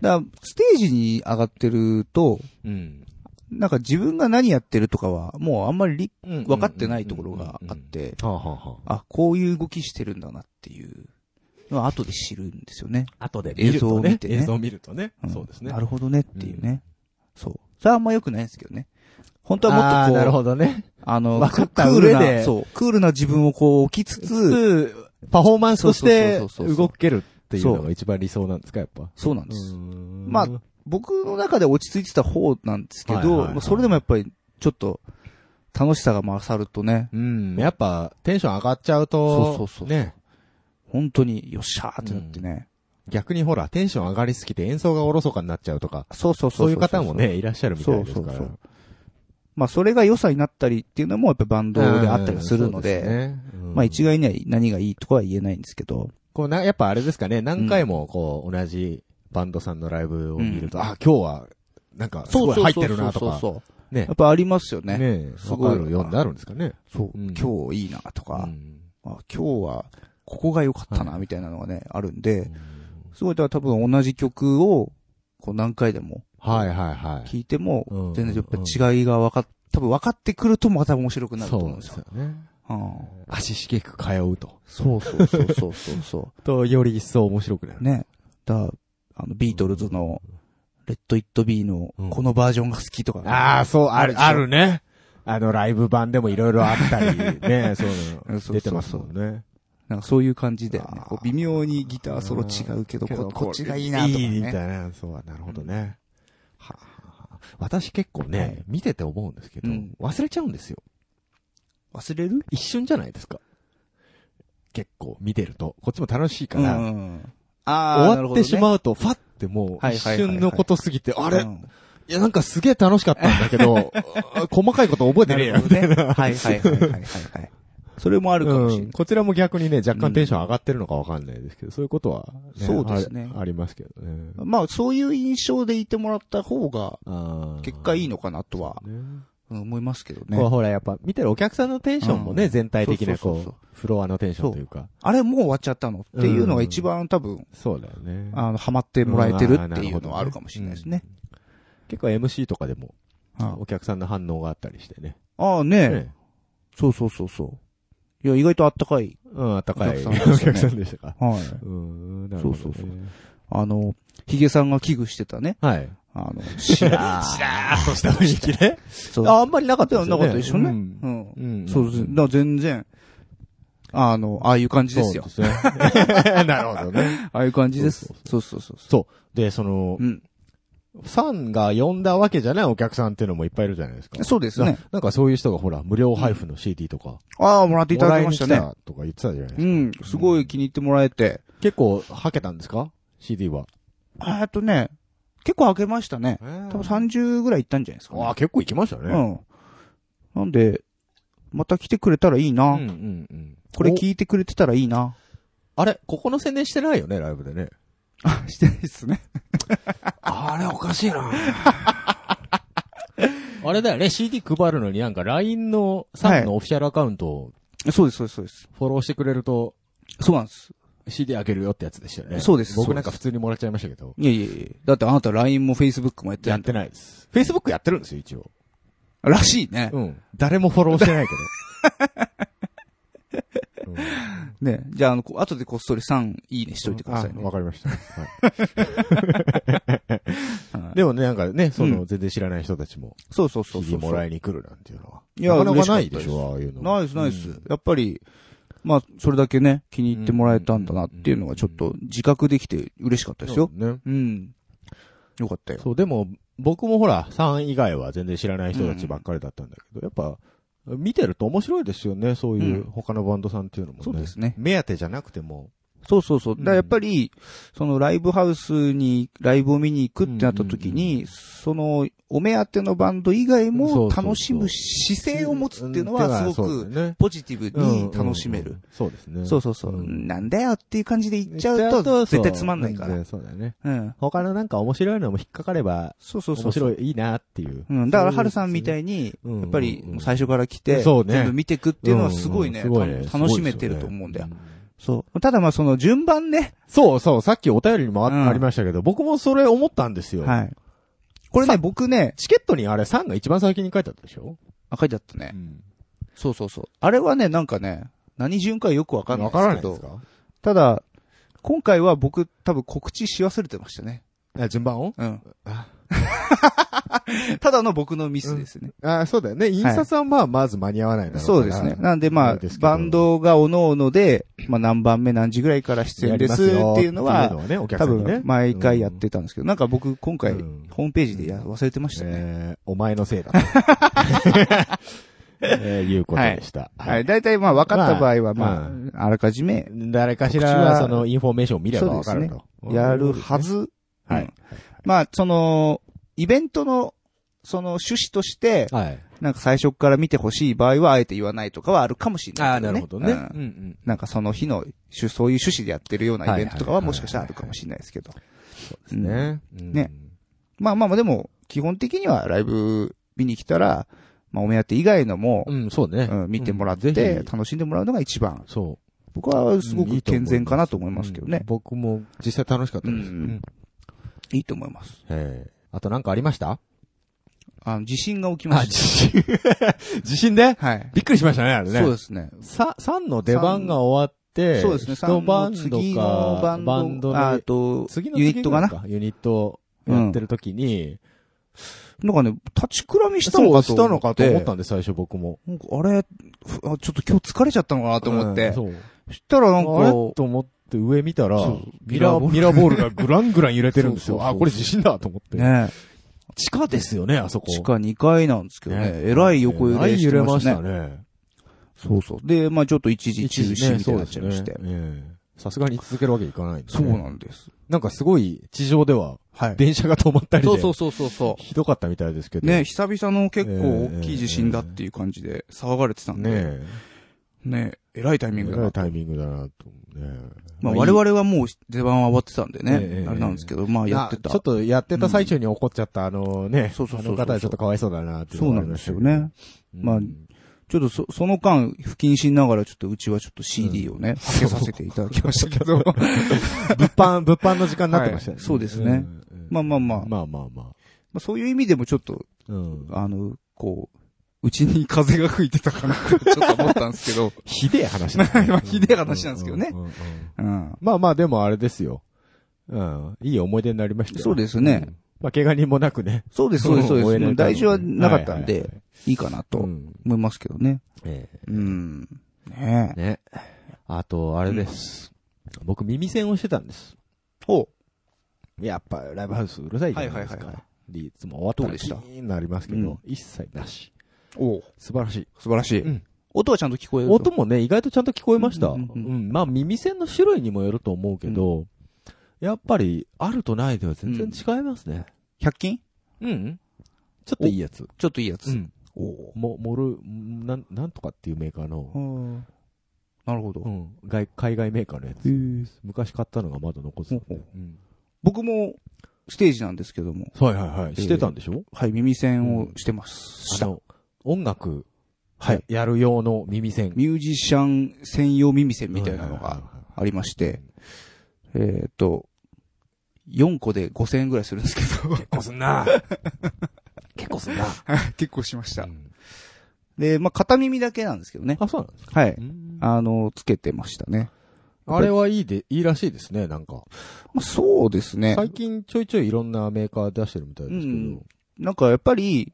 Speaker 2: らステージに上がってると、
Speaker 1: うん。
Speaker 2: なんか自分が何やってるとかは、もうあんまり理分かってないところがあっ
Speaker 1: うん。
Speaker 2: て、
Speaker 1: はあ、はあはあ、
Speaker 2: あ、こういう動きしてるんだなっていうのは後で知るんですよね。
Speaker 1: 後で
Speaker 2: 見るとね
Speaker 1: 映像を見るとね。
Speaker 2: ん
Speaker 1: そうですね。
Speaker 2: なるほどねっていうね。そう。それはあんま良くないですけどね。本当はもっ
Speaker 1: あー
Speaker 2: とこう、
Speaker 1: なるほどね。
Speaker 2: あの、
Speaker 1: 分かった
Speaker 2: クール
Speaker 1: 上で
Speaker 2: な、そう、クールな自分をこう置きつつ、
Speaker 1: パフォーマンスとして
Speaker 2: そうそうそうそうそ
Speaker 1: 動
Speaker 2: う
Speaker 1: けるっていうのが一番理想なんですか、やっぱ。
Speaker 2: そうなんです。まあ
Speaker 1: あ、
Speaker 2: 僕の中で落ち着いてた方なんですけど、
Speaker 1: はいはいはい
Speaker 2: まあそれでもやっぱり、ちょっと、楽しさが勝るとね、
Speaker 1: うん。やっぱ、テンション上がっちゃうと、
Speaker 2: そうそうそう
Speaker 1: ね。
Speaker 2: 本当に、よっしゃーってなってね。
Speaker 1: 逆にほら、テンション上がりすぎて演奏がおろそかになっちゃうとか、
Speaker 2: そうそう
Speaker 1: そ
Speaker 2: そう
Speaker 1: いう方も。ね、いらっしゃるみたいですから。
Speaker 2: そうそうまあ、それが良さになったりっていうのも、やっぱバンドであったりするので、
Speaker 1: うんそうすねうん
Speaker 2: まあ、一概には何がいいとかは言えないんですけど、
Speaker 1: こうな、やっぱあれですかね、何回もこう、同じバンドさんのライブを見ると、
Speaker 2: うん
Speaker 1: あ、今日は、なんか、すごい入ってるなとか、
Speaker 2: そうそう
Speaker 1: ね
Speaker 2: やっぱありますよね。
Speaker 1: ね、
Speaker 2: す
Speaker 1: わ
Speaker 2: ごい
Speaker 1: かるようになるんですかね。
Speaker 2: そ
Speaker 1: う
Speaker 2: う、
Speaker 1: ん
Speaker 2: 今日いいなと
Speaker 1: う
Speaker 2: か、
Speaker 1: ん
Speaker 2: あ今日はここが良かったなみたいなのがね、あるんで、すごい、だから多分同じ曲を、こう何回でも
Speaker 1: はいはいはい。
Speaker 2: 聞いても
Speaker 1: う、ん
Speaker 2: 全然やっぱ違いが分かっ、多分分かってくるとまた面白くなると思うんですよ。
Speaker 1: よね。
Speaker 2: うん
Speaker 1: 足しげく通うと。
Speaker 2: そうそうそうそうそうそ
Speaker 1: と、より一層面白くなる
Speaker 2: う。。 *laughs* ね。だあの、ビートルズの、レッド・イット・ビーの
Speaker 1: うん、
Speaker 2: このバージョンが好きとか、
Speaker 1: ああ、そう、ある、あ
Speaker 2: ある
Speaker 1: るね。あの、ライブ版でもいろいろあったり、 *laughs* ね、そういう
Speaker 2: うん
Speaker 1: の、
Speaker 2: そうそうそう
Speaker 1: 出てますもんね。
Speaker 2: なんかそういう感じだよね
Speaker 1: あー。
Speaker 2: こう微妙にギターソロ違うけど、ここっちがいいなとか
Speaker 1: いいみたい
Speaker 2: ね。
Speaker 1: な、そう、なるほどね。はあはあ私結構ね、
Speaker 2: はい
Speaker 1: 見てて思うんですけど、
Speaker 2: うん
Speaker 1: 忘れちゃうんですよ。
Speaker 2: 忘れる
Speaker 1: 一瞬じゃないですか。結構見てると。こっちも楽しいか
Speaker 2: う
Speaker 1: ら、
Speaker 2: ん。ああ、
Speaker 1: 終わってし
Speaker 2: う。
Speaker 1: まうと、ファってもう、
Speaker 2: はい
Speaker 1: 一
Speaker 2: はいはいはい
Speaker 1: 瞬のこと過ぎて、あれ、
Speaker 2: うん
Speaker 1: いや、なんかすげえ楽しかったんだけ *laughs* ど、あ細かいこと覚えてねえや、みたい *laughs* な。
Speaker 2: はいはいはいはいはいはい。それもあるかもしれ
Speaker 1: う
Speaker 2: ない
Speaker 1: ん、。こちらも逆にね、若干テンション上がってるのかわかんないですけど、そういうことは、
Speaker 2: そうですね
Speaker 1: あありますけどね。
Speaker 2: まあ、そういう印象でいてもらった方が、
Speaker 1: あー
Speaker 2: 結果いいのかなとは、
Speaker 1: ね
Speaker 2: うん思いますけど
Speaker 1: こう
Speaker 2: ね。
Speaker 1: ほら、やっぱ、見てるお客さんのテンションもね、
Speaker 2: うん
Speaker 1: 全体的な、
Speaker 2: そう
Speaker 1: こ
Speaker 2: そうそう
Speaker 1: う、フロアのテンションというか。
Speaker 2: あれ、もう終わっちゃったのっていうのが一番多分、
Speaker 1: そうだよね。
Speaker 2: あの、ハマってもらえてるっていうのはあるかもしれないですね。
Speaker 1: 結構 MC とかでも、
Speaker 2: あ
Speaker 1: お客さんの反応があったりしてね。
Speaker 2: あー、ね
Speaker 1: ね
Speaker 2: そうそうそうそう。いや、意外とあったかい。
Speaker 1: うん、暖かい
Speaker 2: お
Speaker 1: お
Speaker 2: 客さんでしたね
Speaker 1: 客さんでしたか。
Speaker 2: はい。
Speaker 1: うん、なるほどね。
Speaker 2: そうそうそあの、ヒゲさんが危惧してたね。
Speaker 1: はい。
Speaker 2: あの、シラー。
Speaker 1: あー、そうした雰囲気ね。
Speaker 2: そう
Speaker 1: あ、あんまりなかったですよね。
Speaker 2: なかったでしょうね
Speaker 1: うん
Speaker 2: うん。
Speaker 1: うん
Speaker 2: そうですね。だから全然、あの、ああいう感じですよ。
Speaker 1: そうですね *laughs* なるほど
Speaker 2: *laughs*
Speaker 1: ね。
Speaker 2: ああいう感じです。そうそうそうそ
Speaker 1: そう。で、その
Speaker 2: う。、うん。
Speaker 1: さんが呼んだわけじゃないお客さんっていうのもいっぱいいるじゃないですか。
Speaker 2: そうです
Speaker 1: な
Speaker 2: ね。
Speaker 1: なんかそういう人がほら、無料配布の CD とか、
Speaker 2: ああ、もらっていただき
Speaker 1: もらい
Speaker 2: ま
Speaker 1: に
Speaker 2: し
Speaker 1: 来
Speaker 2: たね。
Speaker 1: とか言ってたじゃないです
Speaker 2: う
Speaker 1: か。
Speaker 2: ん、すごい気に入ってもらえて。
Speaker 1: 結構、はけたんですか ?CD は。
Speaker 2: えーっとね、結構開けましたね。多分
Speaker 1: あ
Speaker 2: 30ぐらい行ったんじゃないですか、
Speaker 1: あ、
Speaker 2: ね。
Speaker 1: 結構行きました
Speaker 2: う
Speaker 1: ね。
Speaker 2: ん。なんで、また来てくれたらいいな。
Speaker 1: うんうんうん。
Speaker 2: これ
Speaker 1: お
Speaker 2: 聞いてくれてたらいいな。
Speaker 1: あれここの宣伝してないよね、ライブでね。 *laughs*
Speaker 2: あ、してないっすね。
Speaker 1: あれおかしいな *laughs* あれだよね、CD 配るのになんか LINE のさんのオフィシャルアカウントを
Speaker 2: そうです、そうです、そうです。
Speaker 1: フォローしてくれると、
Speaker 2: そうなんです。
Speaker 1: CD あげるよってやつでしたよね。
Speaker 2: そうです
Speaker 1: 僕なんか普通にもらっちゃいましたけど。
Speaker 2: いやいやいやだってあなた LINE も Facebook もやって
Speaker 1: や
Speaker 2: な
Speaker 1: っ
Speaker 2: い。
Speaker 1: てないです。Facebook やってるんですよ、一応。
Speaker 2: らしいね。
Speaker 1: うん。誰もフォローして *laughs* ないけど。うん
Speaker 2: ね。じゃあ、あの、こ後でこっそり3いいねしといてください
Speaker 1: あ
Speaker 2: ね。
Speaker 1: わかりました。はい
Speaker 2: はい
Speaker 1: *laughs* でもね、なんかね、そうの、全然知らない人たちも、
Speaker 2: そうそうそう
Speaker 1: CD
Speaker 2: そう。
Speaker 1: もらいに来るなんていうのは。
Speaker 2: いや
Speaker 1: なかなかないで
Speaker 2: 嬉し
Speaker 1: し
Speaker 2: かった
Speaker 1: ょ、ああいうの。
Speaker 2: ないです、ないです。
Speaker 1: うん
Speaker 2: やっぱり、まあ、それだけね、気に入ってもらえたんだなっていうのがちょっと自覚できて嬉しかったですよ。
Speaker 1: そうね。
Speaker 2: うん。よかったよ。
Speaker 1: そう、でも、僕もほら、さん以外は全然知らない人たちばっかりだったんだけど、やっぱ、見てると面白いですよね、そういうう他のバンドさんっていうのもね。
Speaker 2: そうですね
Speaker 1: 目当てじゃなくても。
Speaker 2: そうそうそう。だから
Speaker 1: うん
Speaker 2: やっぱり、そのライブハウスに、ライブを見に行くってなった
Speaker 1: う
Speaker 2: 時
Speaker 1: んうん
Speaker 2: に、その、お目当てのバンド以外
Speaker 1: そ
Speaker 2: も
Speaker 1: うそうそう
Speaker 2: 楽しむ姿勢を持つっていうのはすご
Speaker 1: うん
Speaker 2: く、
Speaker 1: 手がそうだよね
Speaker 2: ポジティブに楽しめ
Speaker 1: うんう
Speaker 2: る
Speaker 1: ん。そうですね。
Speaker 2: そうそうそう。
Speaker 1: ん
Speaker 2: なんだよっていう感じで行っちゃうと、絶対つまんないか
Speaker 1: う
Speaker 2: ら。
Speaker 1: そうだよね。
Speaker 2: うん。
Speaker 1: 他のなんか面白いのも引っかかれば、
Speaker 2: そうそうそう。
Speaker 1: 面白い、いいなっていう。
Speaker 2: うん。だから、春さんみたいに、
Speaker 1: うんうんうん
Speaker 2: やっぱり、最初から来て、
Speaker 1: そうね
Speaker 2: 全部見てくっていうのはすごいね、
Speaker 1: うんうんすごいね
Speaker 2: た楽しめてると思うんだよ。
Speaker 1: すごいですよね
Speaker 2: そう。ただまあ、その順番ね。
Speaker 1: そうそう、さっきお便りにもあ,、
Speaker 2: うん
Speaker 1: ありましたけど、僕もそれ思ったんですよ。
Speaker 2: はい。これね、僕ね、
Speaker 1: チケットにあれ、さんが一番最近に書いてあったでしょ
Speaker 2: あ、書いてあったね。
Speaker 1: ん。
Speaker 2: そうそうそう。あれはね、なんかね、何順かよくわかんない
Speaker 1: わ
Speaker 2: で
Speaker 1: から
Speaker 2: す
Speaker 1: な
Speaker 2: け
Speaker 1: いで
Speaker 2: ど
Speaker 1: す、か
Speaker 2: ただ、今回は僕多分告知し忘れてましたね。
Speaker 1: あ、順番を
Speaker 2: うん。 *laughs* ただの僕のミスですね。
Speaker 1: あ、そうだよね。印刷はまあ、まず間に合わないだろうから
Speaker 2: そうですね。なんでま
Speaker 1: あ
Speaker 2: あ
Speaker 1: れです、けど
Speaker 2: バンドがおのおので、まあ何番目何時ぐらいから出
Speaker 1: や
Speaker 2: 演
Speaker 1: り
Speaker 2: で
Speaker 1: ますすよ
Speaker 2: っていうの
Speaker 1: っていうの
Speaker 2: は、
Speaker 1: はねお客
Speaker 2: 多
Speaker 1: さんにね
Speaker 2: 分毎回やってたんですけど、なんか僕今回、
Speaker 1: うん
Speaker 2: ホームページでや忘れてましたね。
Speaker 1: えーお前のせい *laughs* だと。えーいうことでした。
Speaker 2: はい。大体まあ分かった場合は、
Speaker 1: まあ
Speaker 2: ま
Speaker 1: う
Speaker 2: あ、あらかじめ、
Speaker 1: 誰かし
Speaker 2: 告知
Speaker 1: ら、
Speaker 2: は
Speaker 1: その、インフォメーションを見れば
Speaker 2: そう
Speaker 1: わ
Speaker 2: で
Speaker 1: か
Speaker 2: す
Speaker 1: る
Speaker 2: ね
Speaker 1: と。
Speaker 2: やるはず。
Speaker 1: は
Speaker 2: う
Speaker 1: い
Speaker 2: ん。まあ、その、イベントの、その趣旨として、
Speaker 1: はい。
Speaker 2: なんか最初から見てほしい場合は、あえて言わないとかはあるかもしれないけどね。
Speaker 1: う
Speaker 2: うん
Speaker 1: ん
Speaker 2: なんかその日の主、そういう趣旨でやってるようなイベントとか
Speaker 1: は
Speaker 2: は
Speaker 1: はいはいはい
Speaker 2: いもしかしたらあるかもしれないですけど。
Speaker 1: うん。ね。
Speaker 2: ねまあまあまあでも、基本的にはライブ見に来たら、まあお目当て以外のも、
Speaker 1: うん。うん、そうね。
Speaker 2: うん見てもらっ
Speaker 1: う
Speaker 2: て
Speaker 1: んぜひ
Speaker 2: 楽しんでもらうのが一番。
Speaker 1: そ
Speaker 2: 僕は
Speaker 1: う。
Speaker 2: すご
Speaker 1: うんい
Speaker 2: く
Speaker 1: いと思い
Speaker 2: 健全かなと思いますけど
Speaker 1: う
Speaker 2: ね
Speaker 1: ん。僕も実際楽しかったです。
Speaker 2: う
Speaker 1: うんん
Speaker 2: いいと思います。
Speaker 1: えーあとなんかありました
Speaker 2: あの、地震が起きました。
Speaker 1: 震。 *laughs* 地震で
Speaker 2: はい。
Speaker 1: びっくりしましたね、あれね。
Speaker 2: そうですね。
Speaker 1: さ、3の出番が終わって、
Speaker 2: そうですね。
Speaker 1: 一バン
Speaker 2: 三
Speaker 1: ド
Speaker 2: 次の
Speaker 1: か
Speaker 2: バ、ンド、
Speaker 1: バンド
Speaker 2: ああ
Speaker 1: の、
Speaker 2: と、
Speaker 1: 次の
Speaker 2: ユニットかな。
Speaker 1: 次ぐらいユニットやってる時に、
Speaker 2: なんかね、立ちくらみしたの
Speaker 1: そう
Speaker 2: か
Speaker 1: し
Speaker 2: と思って。
Speaker 1: たのかと思ったんで、最初僕も。
Speaker 2: なんかあれ、ふあちょっと今日疲れちゃったのかなと思って。
Speaker 1: そう。
Speaker 2: そしたらな
Speaker 1: あ
Speaker 2: ん
Speaker 1: れ
Speaker 2: か、
Speaker 1: と思って上見たら
Speaker 2: そう、
Speaker 1: ミラー、ミラーボールがグラングラン揺れてるんです
Speaker 2: そう
Speaker 1: よ。
Speaker 2: そうそう
Speaker 1: あ、これ地震だと思って。
Speaker 2: ね
Speaker 1: 地下ですよね、あそこ。
Speaker 2: 地下2階なんですけどね、
Speaker 1: ね
Speaker 2: えらい横揺れしてましたね。
Speaker 1: えらい揺れましたね。
Speaker 2: そうそう。で、まあちょっと一時中止みたいになっちゃいまして。
Speaker 1: 一時ねそうですねええさすがに続けるわけいかないんでね
Speaker 2: そうなんです。
Speaker 1: なんかすごい、地上では、
Speaker 2: はい。
Speaker 1: 電車が止まったりで。
Speaker 2: そうそうそうそうそ
Speaker 1: ひどかったみたいですけ
Speaker 2: う。
Speaker 1: ど。
Speaker 2: ね、久々の結構大きい地震だっていう感じで騒がれてたんで、ね
Speaker 1: ね
Speaker 2: えらいタイミングだ
Speaker 1: え。
Speaker 2: なと。
Speaker 1: タイミングだなと思うね。
Speaker 2: まあ
Speaker 1: いい
Speaker 2: 我々はもう出番は終わってたんでね、
Speaker 1: ええ
Speaker 2: あれなんですけど、まあやってた。
Speaker 1: あちょっとやってた最中に怒っちゃった、あのね、
Speaker 2: そうそうそうそう
Speaker 1: あの方はちょっとかわいそうだなってい
Speaker 2: そう
Speaker 1: のが
Speaker 2: うな
Speaker 1: あり
Speaker 2: ん
Speaker 1: ま
Speaker 2: で
Speaker 1: した
Speaker 2: す
Speaker 1: け
Speaker 2: よ
Speaker 1: ど。
Speaker 2: ね。
Speaker 1: うん。
Speaker 2: まあちょっとそ、その間、不謹慎ながら、ちょっとうちはちょっと CD をね、かけさせていただきましたけど。
Speaker 1: 物販、物販の時間になってましたよね。
Speaker 2: はいそうですね
Speaker 1: うん。うん
Speaker 2: まあまあまあ
Speaker 1: まあまあま
Speaker 2: まあそういう意味でもちょっと、
Speaker 1: あ。うん。。
Speaker 2: あの、こう、うちに風が吹いてたかなとちょっと思ったんですけど
Speaker 1: *laughs* ひでえ話だね
Speaker 2: *laughs* まあひでえ話なんですけどね
Speaker 1: うううんうん
Speaker 2: うん。
Speaker 1: まあまあ、でもあれですよ。うん。いい思い出になりましたよ
Speaker 2: そうですね
Speaker 1: うんまあ、怪我人もなくね。
Speaker 2: そうです、そうです、そうです
Speaker 1: *laughs* 終えら
Speaker 2: う
Speaker 1: れ
Speaker 2: ん。
Speaker 1: たの
Speaker 2: 大事はなかったん
Speaker 1: はい
Speaker 2: で
Speaker 1: はいはい、
Speaker 2: いいかなと
Speaker 1: うん
Speaker 2: 思いますけどね。
Speaker 1: ええ
Speaker 2: うん。ねえ。
Speaker 1: ね。あと、あれです。僕、耳栓をしてたんです。
Speaker 2: ほ
Speaker 1: やっぱ、ライブハウスうるさいじゃないですか。
Speaker 2: はいはいはいは
Speaker 1: で、いつも終わったら
Speaker 2: どうでした
Speaker 1: キーンなりますけど、
Speaker 2: うん
Speaker 1: 一切なし。
Speaker 2: う。お
Speaker 1: 素晴らしい。
Speaker 2: 素晴らしい
Speaker 1: うん。
Speaker 2: 音はちゃんと聞こえると。
Speaker 1: 音もね、意外とちゃんと聞こえました。
Speaker 2: う
Speaker 1: うんん
Speaker 2: うんうん
Speaker 1: まあ、耳栓の種類にもよると思うけど、やっぱり、あるとないでは全然違いますね。
Speaker 2: 100均
Speaker 1: うん、ちょっといいやつ。
Speaker 2: ちょっといいや
Speaker 1: う
Speaker 2: つ。
Speaker 1: ん。
Speaker 2: おお
Speaker 1: も、モル、なん、なんとかっていうメーカーの、
Speaker 2: ー。なるほ
Speaker 1: う
Speaker 2: ど。
Speaker 1: ん、外海外メーカーのやつ。昔買ったのがまだ残ってたん
Speaker 2: ほう
Speaker 1: で
Speaker 2: ほ。
Speaker 1: うん。
Speaker 2: 僕も、ステージなんですけども、
Speaker 1: はいはいはい。してたんでしょ、
Speaker 2: はい、耳栓をしてます。
Speaker 1: あの、音楽、
Speaker 2: はい。
Speaker 1: やる用の耳栓。
Speaker 2: ミュージシャン専用耳栓みたいなのがありまして、えーっと、4個で5000円ぐらいするんですけど。結構す
Speaker 1: *laughs*
Speaker 2: んな結構すんな *laughs* 結構しまし
Speaker 1: う
Speaker 2: た。
Speaker 1: ん。
Speaker 2: で、まあ、片耳だけなんですけどね。
Speaker 1: あ、そうなんですか
Speaker 2: はい。
Speaker 1: うん
Speaker 2: あの、つけてましたね。
Speaker 1: あれはいいで、いいらしいですね、なんか。
Speaker 2: まあ、そうですね。
Speaker 1: 最近ちょいちょいいろんなメーカー出してるみたいですけど。
Speaker 2: うんなんかやっぱり、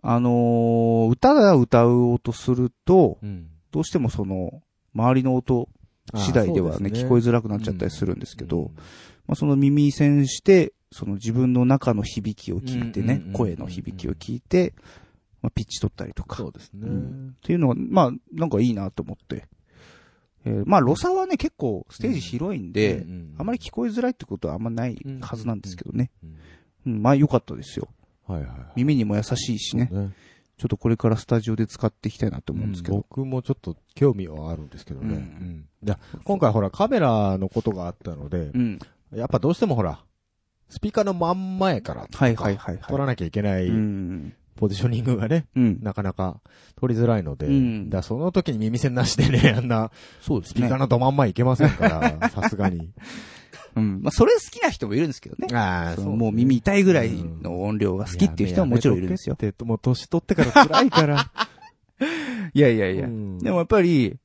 Speaker 2: あのー歌が歌う音すると、
Speaker 1: うん
Speaker 2: どうしてもその、周りの音次第ではね、聞こえづらくなっちゃったりするんですけど、、まあ、その耳栓して、その自分の中の響きを聞いて
Speaker 1: うんうん
Speaker 2: ね
Speaker 1: うんうん、
Speaker 2: 声の響きを聞いて、まあ、ピッチ取ったりとか、
Speaker 1: そ
Speaker 2: っ
Speaker 1: うですね。
Speaker 2: んていうのが、まあ、なんかいいなと思って。えーまあ、ロサはね、結構ステージ広いんで、あまり聞こえづらいってことはあんまないはずなんですけどね。
Speaker 1: うん
Speaker 2: うん、まあ、良かったですよ。
Speaker 1: はいはい。
Speaker 2: 耳にも優しいしね。
Speaker 1: ね
Speaker 2: ちょっとこれからスタジオで使っていきたいなと思うんですけど。
Speaker 1: 僕もちょっと興味はあるんですけどね。
Speaker 2: うん
Speaker 1: うんで今回ほらカメラのことがあったので
Speaker 2: う、ん。
Speaker 1: やっぱどうしてもほら、スピーカーの真ん前からとか
Speaker 2: はいはいはいはい
Speaker 1: 撮らなきゃいけな
Speaker 2: う
Speaker 1: い
Speaker 2: ん。
Speaker 1: ポジショニングがね、
Speaker 2: うん。
Speaker 1: なかなか撮りづらいので、
Speaker 2: うん
Speaker 1: だからその時に耳栓なしでね、 *laughs* あんな
Speaker 2: そうで
Speaker 1: ス
Speaker 2: す
Speaker 1: ピー
Speaker 2: ね
Speaker 1: カー。のど真ん前いけません
Speaker 2: *laughs*
Speaker 1: から、さすがに。
Speaker 2: うん。まあ、それ好きな人もいるんですけどね。
Speaker 1: あ
Speaker 2: そのもう耳痛いぐらいの音量が好きっていう人はもちろんいるんですよ。
Speaker 1: って、もう年取ってから辛いから。
Speaker 2: *laughs* いやいやい
Speaker 1: いや
Speaker 2: でもやっぱり、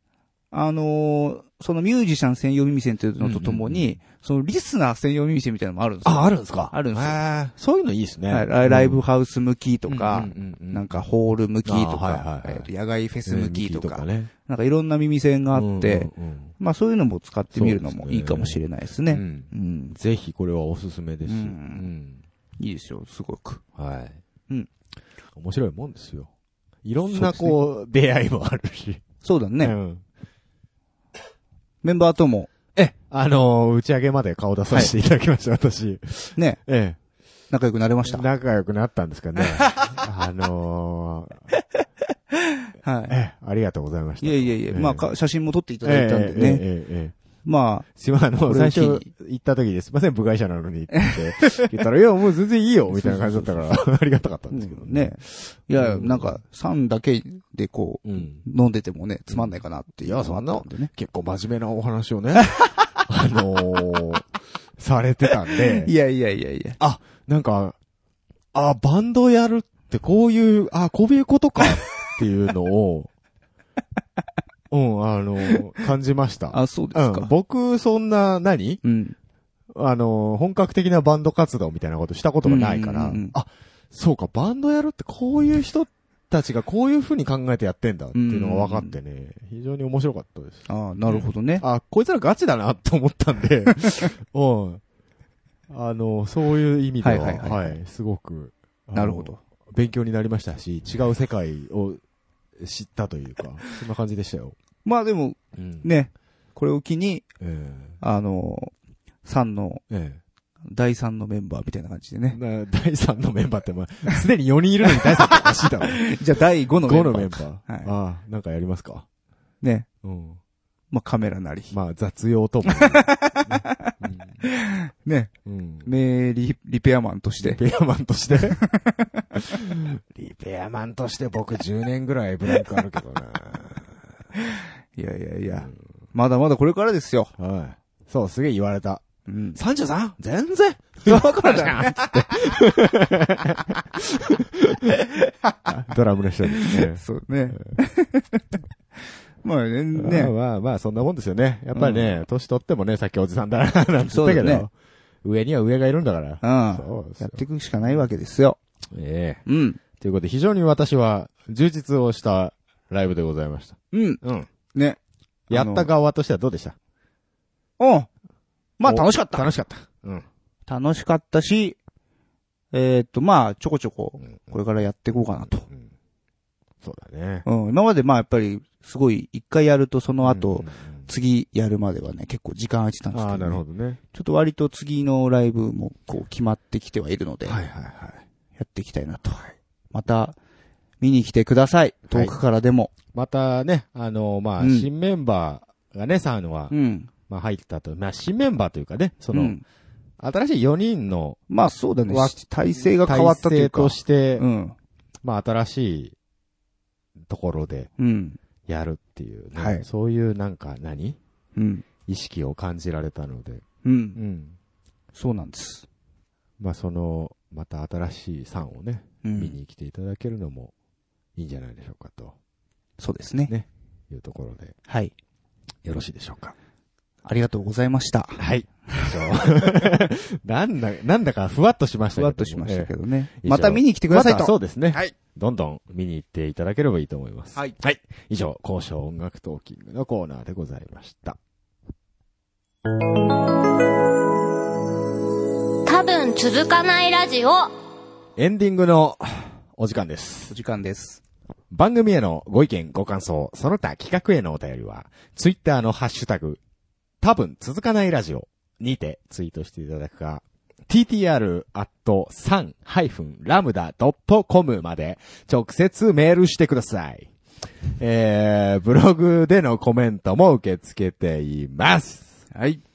Speaker 2: あのーそのミュージシャン専用耳栓っていうのとともに、そのリスナー専用耳栓みたいなのもあるんですよ。
Speaker 8: あ、あるんですか
Speaker 2: あるんですよ
Speaker 8: へーそういうのいいですね。
Speaker 2: はいライライブハウス向きとか、
Speaker 8: うんうんうん
Speaker 2: なんかホール向きと
Speaker 8: あはいは
Speaker 2: か、
Speaker 8: いはい
Speaker 2: えーと野外フェス向きとか、
Speaker 8: ね。
Speaker 2: なんかいろんな耳栓があ
Speaker 8: うんう
Speaker 2: っ
Speaker 8: ん
Speaker 2: て、
Speaker 8: うん
Speaker 2: まあそういうのも使ってみるのもいいかもしれないですね。
Speaker 8: う
Speaker 2: うんん。
Speaker 8: ぜひこれはおすすめです。
Speaker 2: う
Speaker 8: うんん
Speaker 2: いいですよ、すごく。
Speaker 8: はい。
Speaker 2: うん
Speaker 8: 面白いもんですよ。いろんなこう、出会いもあるし。
Speaker 2: そうだね。
Speaker 8: うん
Speaker 2: メンバーとも、
Speaker 1: あのー打ち上げまで顔出させていただきました、私。
Speaker 2: ね、
Speaker 1: え
Speaker 2: 仲良くなれまし
Speaker 1: え。
Speaker 2: た。
Speaker 1: 仲良くなったんですかね。あのー
Speaker 2: は
Speaker 1: ええ、ありがとうございまし
Speaker 2: い。
Speaker 1: た。
Speaker 2: いやいやいや、
Speaker 1: ええ
Speaker 2: まあか、写真も撮っていた
Speaker 1: え
Speaker 2: だ
Speaker 1: え
Speaker 2: いたんで
Speaker 1: ええ
Speaker 2: ね。
Speaker 1: ええええ
Speaker 2: まあ、
Speaker 1: すいません、あの、
Speaker 2: これを
Speaker 1: 最
Speaker 2: 機に
Speaker 1: 初行った時ですいません、部外者なのにって言って、言ったら、いや、もう全然いいよ、みたいな感じ
Speaker 8: *laughs*
Speaker 1: だったから、 *laughs* ありがたかったんですけどね。
Speaker 2: ね。いや、なんか、3だけでこう、
Speaker 8: うん。
Speaker 2: 飲んでてもね、つまんないかなっていう。
Speaker 8: いやそんな
Speaker 2: あったでね。
Speaker 8: 結構真面目なお話
Speaker 1: *laughs*
Speaker 8: をね。
Speaker 1: あのー、されてたんで
Speaker 2: い、やいやいやいや。
Speaker 1: なんか、あ、バンドやるってこういう、あ、こういうことかっていうのを、うん、あのー、感じました。
Speaker 2: あ、そうです
Speaker 1: うん
Speaker 2: か。
Speaker 1: 僕、そんな何、
Speaker 2: うん。
Speaker 1: あのー、本格的なバンド活動みたいなことしたことがないから、
Speaker 2: うんうんうん
Speaker 1: あ、そうか、バンドやるってこういう人たちがこういう風に考えてやってんだっていうのが分かってね、非常に面白かったです。
Speaker 2: ああ、なるほどね。
Speaker 1: あ、こいつらガチだなと思ったん
Speaker 2: *laughs*
Speaker 1: で、うん。あの、そういう意味では、
Speaker 2: は
Speaker 1: はいい
Speaker 2: はいはい
Speaker 1: すごく、あの
Speaker 2: なるほど。。
Speaker 1: 勉強になりましたし、違う世界を知ったというか、そんな感じでしたよ。
Speaker 2: まあでも、
Speaker 1: うん。
Speaker 2: ね、これを機に、
Speaker 1: え
Speaker 2: あの、3の、
Speaker 1: ええ
Speaker 2: 第3のメンバーみたいな感じで
Speaker 1: え
Speaker 2: ね。
Speaker 1: な第3のメンバーって、まあ、すでに4人いるのに第3っておかしいだ
Speaker 2: *laughs*
Speaker 1: ろ。
Speaker 2: じゃあ第5のメン
Speaker 1: 5
Speaker 2: バ
Speaker 1: の
Speaker 2: ー。
Speaker 1: メンバー。
Speaker 2: はい
Speaker 1: ああ、なんかやりますか。
Speaker 2: ね。
Speaker 1: うん。
Speaker 2: まあカメラなり。
Speaker 1: まあ、雑用とも。
Speaker 2: *laughs* ね。
Speaker 1: うん。
Speaker 2: 名リリペアマンとして。
Speaker 1: ペアマンと
Speaker 2: *laughs*
Speaker 1: して。
Speaker 8: リペアマンとして僕10年ぐらいブランクあるけどな。
Speaker 2: いやいやいや。まだまだこれからですよ。
Speaker 1: はい。そう、すげえ言われた。
Speaker 2: うん。
Speaker 8: 33? 全然
Speaker 2: だからじゃん。
Speaker 1: ドラムの人に。ね
Speaker 2: そうね。 *laughs* まあね、
Speaker 1: まあ
Speaker 2: ね。
Speaker 1: まあまあ、そんなもんですよね。やっぱりね、年取ってもね、さっきおじさんだな、なんて言った
Speaker 2: そうだ
Speaker 1: け
Speaker 2: ね
Speaker 1: ど、上には上がいるんだから。
Speaker 2: うん。
Speaker 1: そうです
Speaker 2: やっ
Speaker 1: よ
Speaker 2: ていくしかないわけですよ。
Speaker 1: ええ。
Speaker 2: うん。
Speaker 1: ということで、非常に私は充実をしたライブでございました。
Speaker 2: うん。
Speaker 1: うん。
Speaker 2: ね。
Speaker 1: やった側としてはどうでした
Speaker 2: うん。まあ楽しかった。
Speaker 1: 楽しかった。うん。
Speaker 2: 楽しかったし、えーっと、まあ、ちょこちょこ、これからやっていこうかなと。
Speaker 1: そうだね。
Speaker 2: うん。今までまあ、やっぱり、すごい、一回やるとその後、
Speaker 1: うん、
Speaker 2: 次やるまではね、結構時間空いてたんですけ
Speaker 1: あ
Speaker 2: ど、
Speaker 1: あ、
Speaker 2: ね。
Speaker 1: なるほどね。
Speaker 2: ちょっと割と次のライブも、こう、決まってきてはいるので、
Speaker 1: はいは
Speaker 2: やっていきたいなと。また、見に来てください。遠くからでも。
Speaker 1: い。またね、あの、まあ、
Speaker 2: うん
Speaker 1: 新メンバーがね、サウナは、
Speaker 2: うん。
Speaker 1: まあ入ったと。まあ、新メンバーというかね、そうの、
Speaker 2: ん
Speaker 1: 新しい4人の
Speaker 2: まあそうだね
Speaker 1: わ。
Speaker 2: 体制が変わったというか。
Speaker 1: 体制として
Speaker 2: う、ん。
Speaker 1: まあ、新しいところで
Speaker 2: うん。
Speaker 1: やるっていう、ね
Speaker 2: はい
Speaker 1: そういうなんか何
Speaker 2: うん。
Speaker 1: 意識を感じられたので、
Speaker 2: う。
Speaker 1: うんん。
Speaker 2: そうなんです。
Speaker 1: まあ、その、また新しい3をね、
Speaker 2: う
Speaker 1: 見
Speaker 2: ん。
Speaker 1: に来ていただけるのもいいんじゃないでしょうかと
Speaker 2: そうですね
Speaker 1: ねいうところで、
Speaker 2: はい。
Speaker 1: よろしいでしょうか。
Speaker 2: ありがとうございました。
Speaker 1: はい。 *laughs* なんだ、なんだかふわっとしましたけ
Speaker 2: ふ
Speaker 1: ど
Speaker 2: わ
Speaker 1: も
Speaker 2: っとしましたけ
Speaker 1: え
Speaker 2: どね。
Speaker 1: え
Speaker 2: また見に来てください
Speaker 1: また
Speaker 2: と。
Speaker 1: そうですね。
Speaker 2: はい
Speaker 1: どんどん見に行っていただければいいと思います。
Speaker 2: はい。
Speaker 1: はい。以上、交渉音楽トーキングのコーナーでございました。
Speaker 5: 多分続かないラジオ
Speaker 1: エンディングのお時間です
Speaker 2: お。時間です。
Speaker 1: 番組へのご意見、ご感想、その他企画へのお便りは、ツイッターのハッシュタグ、多分続かないラジオにてツイートしていただくか、ttr.3-lambda.com まで直接メールしてください。えー、ブログでのコメントも受け付けています。
Speaker 2: はい。 *laughs*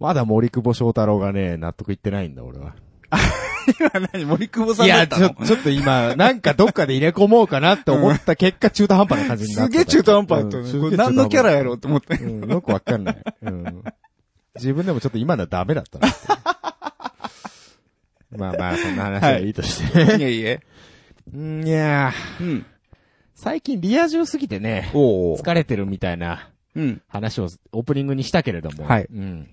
Speaker 1: まだ森久保翔太郎がね、納得いってないんだ、俺は。
Speaker 2: 何森久保さん
Speaker 1: い
Speaker 2: だっ
Speaker 1: や、
Speaker 2: た
Speaker 1: ちょ、
Speaker 2: の
Speaker 1: ちょっと今、なんかどっかで入れ込もうかなって思った結果、中途半端な感じにな
Speaker 2: す
Speaker 1: ってた。
Speaker 2: げえ中途半端だったね。
Speaker 1: うん
Speaker 2: これ何のキャラやろうと思って。
Speaker 1: うん、よくわかんない。うん。自分でもちょっと今のはダメだったなって。 *laughs* まあまあ、そんな話はいいとして。
Speaker 2: いえいえ。
Speaker 1: うんいやー
Speaker 2: うん。
Speaker 1: 最近リア充すぎてね、
Speaker 2: おお。
Speaker 1: 疲れてるみたいな
Speaker 2: うん。
Speaker 1: 話をオープニングにしたけれども。
Speaker 2: はい
Speaker 1: うん。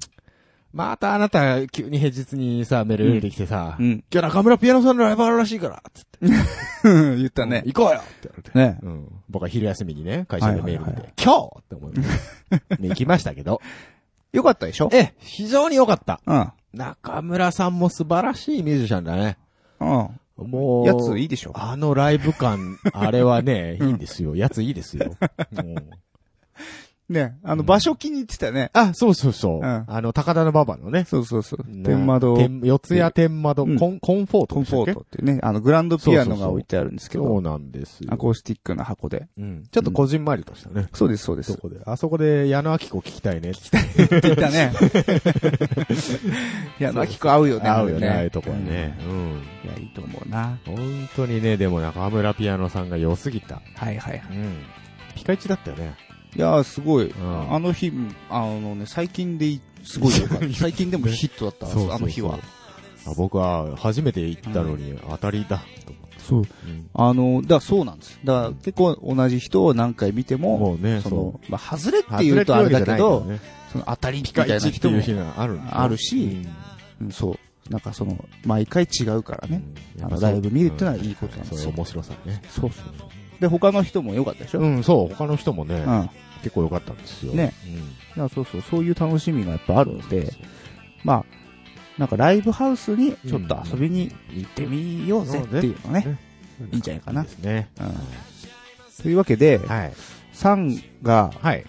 Speaker 1: またあなた、急に平日にさ、メールできてさ、
Speaker 2: うん。
Speaker 9: 今日中村ピアノさんのライブあるらしいから、つって。
Speaker 2: 言ったね。
Speaker 9: 行こうよって言われて。
Speaker 2: ね。
Speaker 1: うん。僕は昼休みにね、会社でメール見
Speaker 9: はいはい
Speaker 1: て、今日って思いました。ね行きましたけど。 *laughs*
Speaker 2: よかったでしょ
Speaker 1: ええ、非常に良かった。
Speaker 2: うん。
Speaker 1: 中村さんも素晴らしいミュージシャンだね。
Speaker 2: うん。
Speaker 1: もう、
Speaker 2: やついいでしょ
Speaker 1: あのライブ
Speaker 2: *laughs*
Speaker 1: 感、あれはね、いいんですよ。やついいですよ。うん
Speaker 2: ね。あの、場所気に入ってたね。
Speaker 1: あ、そうそうそう。
Speaker 2: うん
Speaker 1: あの、高田の馬場のね。
Speaker 2: そうそうそう。
Speaker 1: ね
Speaker 2: 天窓を
Speaker 1: 天四谷天窓、
Speaker 2: うん
Speaker 1: コン、コンフォート
Speaker 2: コン
Speaker 1: でしたっ
Speaker 2: フォ
Speaker 1: け。
Speaker 2: ートっていうね、あの、グランドピアノが置いてあるんですけ
Speaker 1: そう
Speaker 2: ど、
Speaker 1: なんですよ
Speaker 2: アコースティックな箱で。
Speaker 1: うん。ちょっとこじんまりとしたね。
Speaker 2: そうです、そうで
Speaker 1: そ
Speaker 2: す。
Speaker 1: こで。あそこで矢野明子聞きたいね。聞きたい。
Speaker 2: 言ってた
Speaker 1: *laughs*
Speaker 2: ね。いや、なきこ合うよね。
Speaker 1: 合うよね、ああいう
Speaker 2: れ
Speaker 1: とこはね。うん。
Speaker 2: いや、いいと思うな。
Speaker 1: 本当にね、でも中村ピアノさんが良すぎた。
Speaker 2: はいはいは
Speaker 1: うん。ピカイチだったよね。
Speaker 2: い。いや、すごい。
Speaker 1: ん
Speaker 2: あの日、あのね、最近でい、すごいよかった。最近でもヒットだった、
Speaker 1: そうそうそう
Speaker 2: あの日は。
Speaker 1: あ僕は初めて行ったのに当たりだ、と思って。
Speaker 2: そう。
Speaker 1: うん
Speaker 2: あの、だからそうなんです。だから結構同じ人を何回見ても、
Speaker 1: もうね、
Speaker 2: そ
Speaker 1: そ
Speaker 2: の、まあ、外れっ
Speaker 1: う。
Speaker 2: ていうとあれだけ
Speaker 1: 外
Speaker 2: ど、
Speaker 1: れてるわじゃないんだよね
Speaker 2: その当たりみ
Speaker 1: ピ
Speaker 2: た
Speaker 1: カ
Speaker 2: いな
Speaker 1: イチって
Speaker 2: 人
Speaker 1: いう
Speaker 2: も、
Speaker 1: 日があるんだよ
Speaker 2: あるし
Speaker 1: うん
Speaker 2: うんそう。なんかその、毎回違うからね。
Speaker 1: うん
Speaker 2: あのライブ見るってのはいいことなんですよ
Speaker 1: そういう面白さね。
Speaker 2: そうそうそう。で、他の人も良かったでしょ、
Speaker 1: うん、そう、他の人もね、
Speaker 2: うん。
Speaker 1: 結構良かったんですよ。
Speaker 2: ねなんかそうそう、そういう楽しみがやっぱあるので、まあ、なんかライブハウスにちょっと遊びに行ってみようぜっていうのね、
Speaker 1: うん。
Speaker 2: いいんじゃないかな
Speaker 1: で。すね。
Speaker 2: うん。というわけで、
Speaker 1: はい。
Speaker 2: サンが
Speaker 1: はい。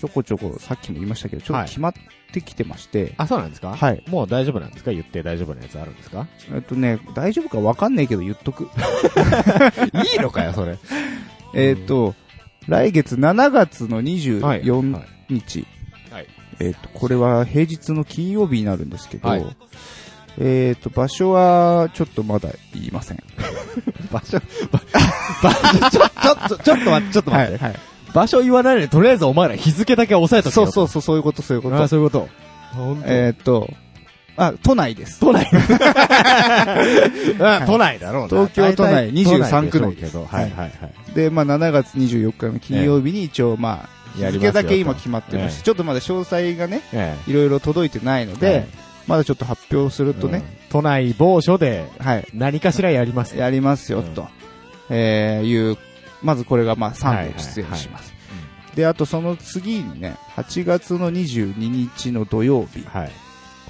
Speaker 2: ちょこちょこ、さっきも言いましたけど、ちょっと決まってきてまして、
Speaker 1: あ、そうなんですか
Speaker 2: はい。
Speaker 1: もう大丈夫なんですか言って大丈夫なやつあるんですか
Speaker 2: えっとね、大丈夫かわかんないけど言っとく。
Speaker 1: いいのかよ、それ。
Speaker 2: えっと、来月7月の
Speaker 1: はい。
Speaker 2: 24
Speaker 1: はい
Speaker 2: 日、
Speaker 1: はい
Speaker 2: えっと、これは平日の金曜日になるんですけど、
Speaker 1: はい
Speaker 2: えっと、場所はちょっとまだ言いません。
Speaker 1: 場所、 *laughs* ば場所、ちょ、ちょ、ちょっと待って、ちょっと待って。
Speaker 2: はい。
Speaker 1: 場所言わないで、とりあえずお前ら日付だけ押さえとけ
Speaker 2: そ
Speaker 1: よ
Speaker 2: う
Speaker 1: と。
Speaker 2: そうそう、そういうこと、そういうこ
Speaker 1: ああ、
Speaker 2: と。
Speaker 1: そういうこと。本当
Speaker 2: えーっと、あ、都内です。
Speaker 1: 都内。 *laughs* うん都内だろうな。
Speaker 2: 東京都内
Speaker 1: 大体都
Speaker 2: 23区の
Speaker 1: でしょうけど。はいはいはい。
Speaker 2: で、まあ、7月24日の金曜日に一応、まあ、
Speaker 1: や
Speaker 2: 日
Speaker 1: りますよ
Speaker 2: 付
Speaker 1: と
Speaker 2: だけ今決まってまして、ちょっとまだ詳細がね、
Speaker 1: ええ
Speaker 2: いろいろ届いてないので、
Speaker 1: はい
Speaker 2: まだちょっと発表するとね、
Speaker 1: うん都内某所で
Speaker 2: はい、
Speaker 1: 何かしらやります。
Speaker 2: やりますよ、
Speaker 1: うん
Speaker 2: と、えーいう、まずこれが、まあ、3で出演します。で、あとその次にね、8月の22日の土曜日、
Speaker 1: はい。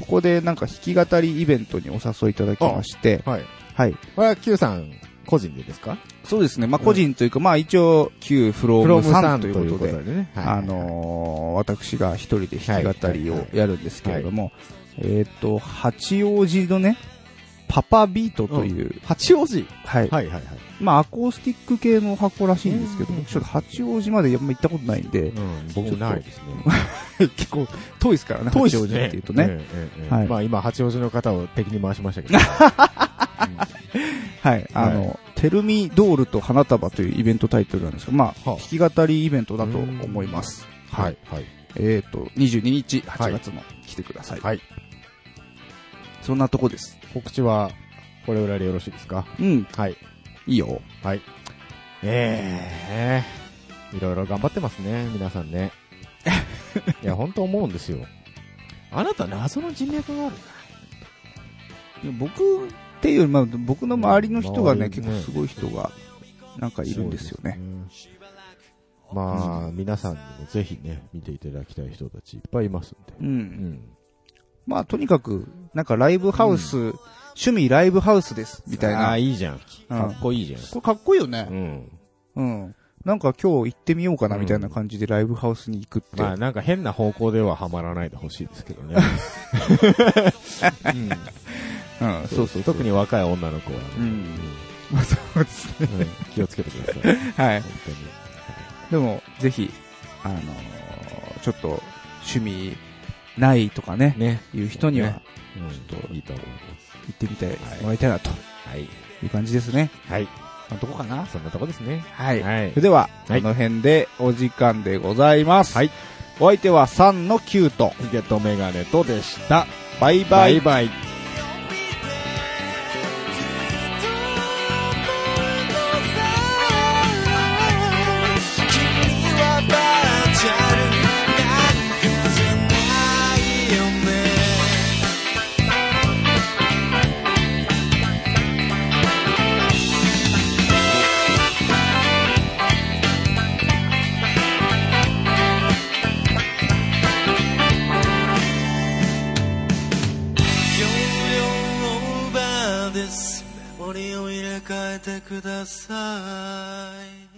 Speaker 2: ここでなんか弾き語りイベントにお誘いいただきまして、
Speaker 1: はい。
Speaker 2: はい。
Speaker 1: これは Q さん個人でですか
Speaker 2: そうですね、まあ、個人というか、まあ、一応、旧フロ
Speaker 1: フロ
Speaker 2: ーム
Speaker 1: ムさ
Speaker 2: さん
Speaker 1: ん
Speaker 2: と
Speaker 1: と
Speaker 2: い
Speaker 1: いうう
Speaker 2: こ
Speaker 1: ことと
Speaker 2: で、
Speaker 1: でね。はい
Speaker 2: あ、のー私が一人で弾き語りをやるんですけれども、えーっと、八王子のね、パパビートという、
Speaker 1: 八王子
Speaker 2: はい、
Speaker 1: はいはいはい。
Speaker 2: まあ、アコースティック系の箱らしいんですけど、
Speaker 1: うん
Speaker 2: 僕ちょっと八王子まであんま行ったことないんで、
Speaker 1: うん、僕もないですね。
Speaker 2: *laughs* 結構遠いですからね、八王子っていうとね。
Speaker 1: ええ。ええ
Speaker 2: はい
Speaker 1: まあ今、八王子の方を敵に回しました
Speaker 2: *laughs*
Speaker 1: けど。
Speaker 2: はい。あの、テルミドールと花束というイベントタイトルなんですが、まあ、
Speaker 1: は
Speaker 2: 弾き語りイベントだと思います。
Speaker 1: はい。はい。
Speaker 2: えっ、と、22日、
Speaker 1: はい
Speaker 2: 8月の、来てください。
Speaker 1: はい。
Speaker 2: そんなとこです。
Speaker 1: 告知は、これぐらいでよろしいですか
Speaker 2: うん、
Speaker 1: はい。
Speaker 2: いいよ。
Speaker 1: はい。ええいろいろ頑張ってますね、皆さん
Speaker 2: *laughs*
Speaker 1: ね。いや、本当思うんですよ。あなた謎の人脈がある
Speaker 2: 僕っていうより、まあ、僕の周りの人がね、
Speaker 1: 周り
Speaker 2: 結
Speaker 1: ね
Speaker 2: 構すごい人が、なんかいるんですよね。
Speaker 1: そうですね。まあ、皆さんにもぜひね、見ていただきたい人たちいっぱいいますんで。う
Speaker 2: う。
Speaker 1: んん。
Speaker 2: まあ、とにかく、なんかライブハウス、趣味ライブハウスです、みたい
Speaker 1: あ
Speaker 2: な。
Speaker 1: あ、
Speaker 2: うん
Speaker 1: いいじゃん。かっこいいじゃん。
Speaker 2: これかっこいいよね
Speaker 1: う。ん。
Speaker 2: うん。なんか今日行ってみようかな、みたいな感じでライブハウスに行くって。
Speaker 1: まあ、なんか変な方向ではハマらないでほしいですけどね。うん
Speaker 2: うん、そうそう。
Speaker 1: 特に若い女の子はね。
Speaker 2: うんそうですね。
Speaker 1: うん気をつけてください。
Speaker 2: はい。
Speaker 1: 本当に。
Speaker 2: でも、ぜひ、あのーちょっと、趣味ないとかね、
Speaker 1: ね。
Speaker 2: いう人には
Speaker 1: ねちょっといいと思います。
Speaker 2: 行ってみてもらいたいなと
Speaker 1: はい。
Speaker 2: いう感じですね。
Speaker 1: はい。
Speaker 2: まあどこかな
Speaker 1: そんなとこですね。
Speaker 2: はい。
Speaker 1: はい
Speaker 2: それでは、
Speaker 1: はい
Speaker 2: この辺でお時間でございます。
Speaker 1: はい
Speaker 2: お相手は3の9と、
Speaker 1: ヒゲとメガネとでした。
Speaker 2: バイバ
Speaker 1: バ
Speaker 2: イ
Speaker 1: イ。バイ。
Speaker 10: 君はバーチャル
Speaker 11: 森を入れ替えてください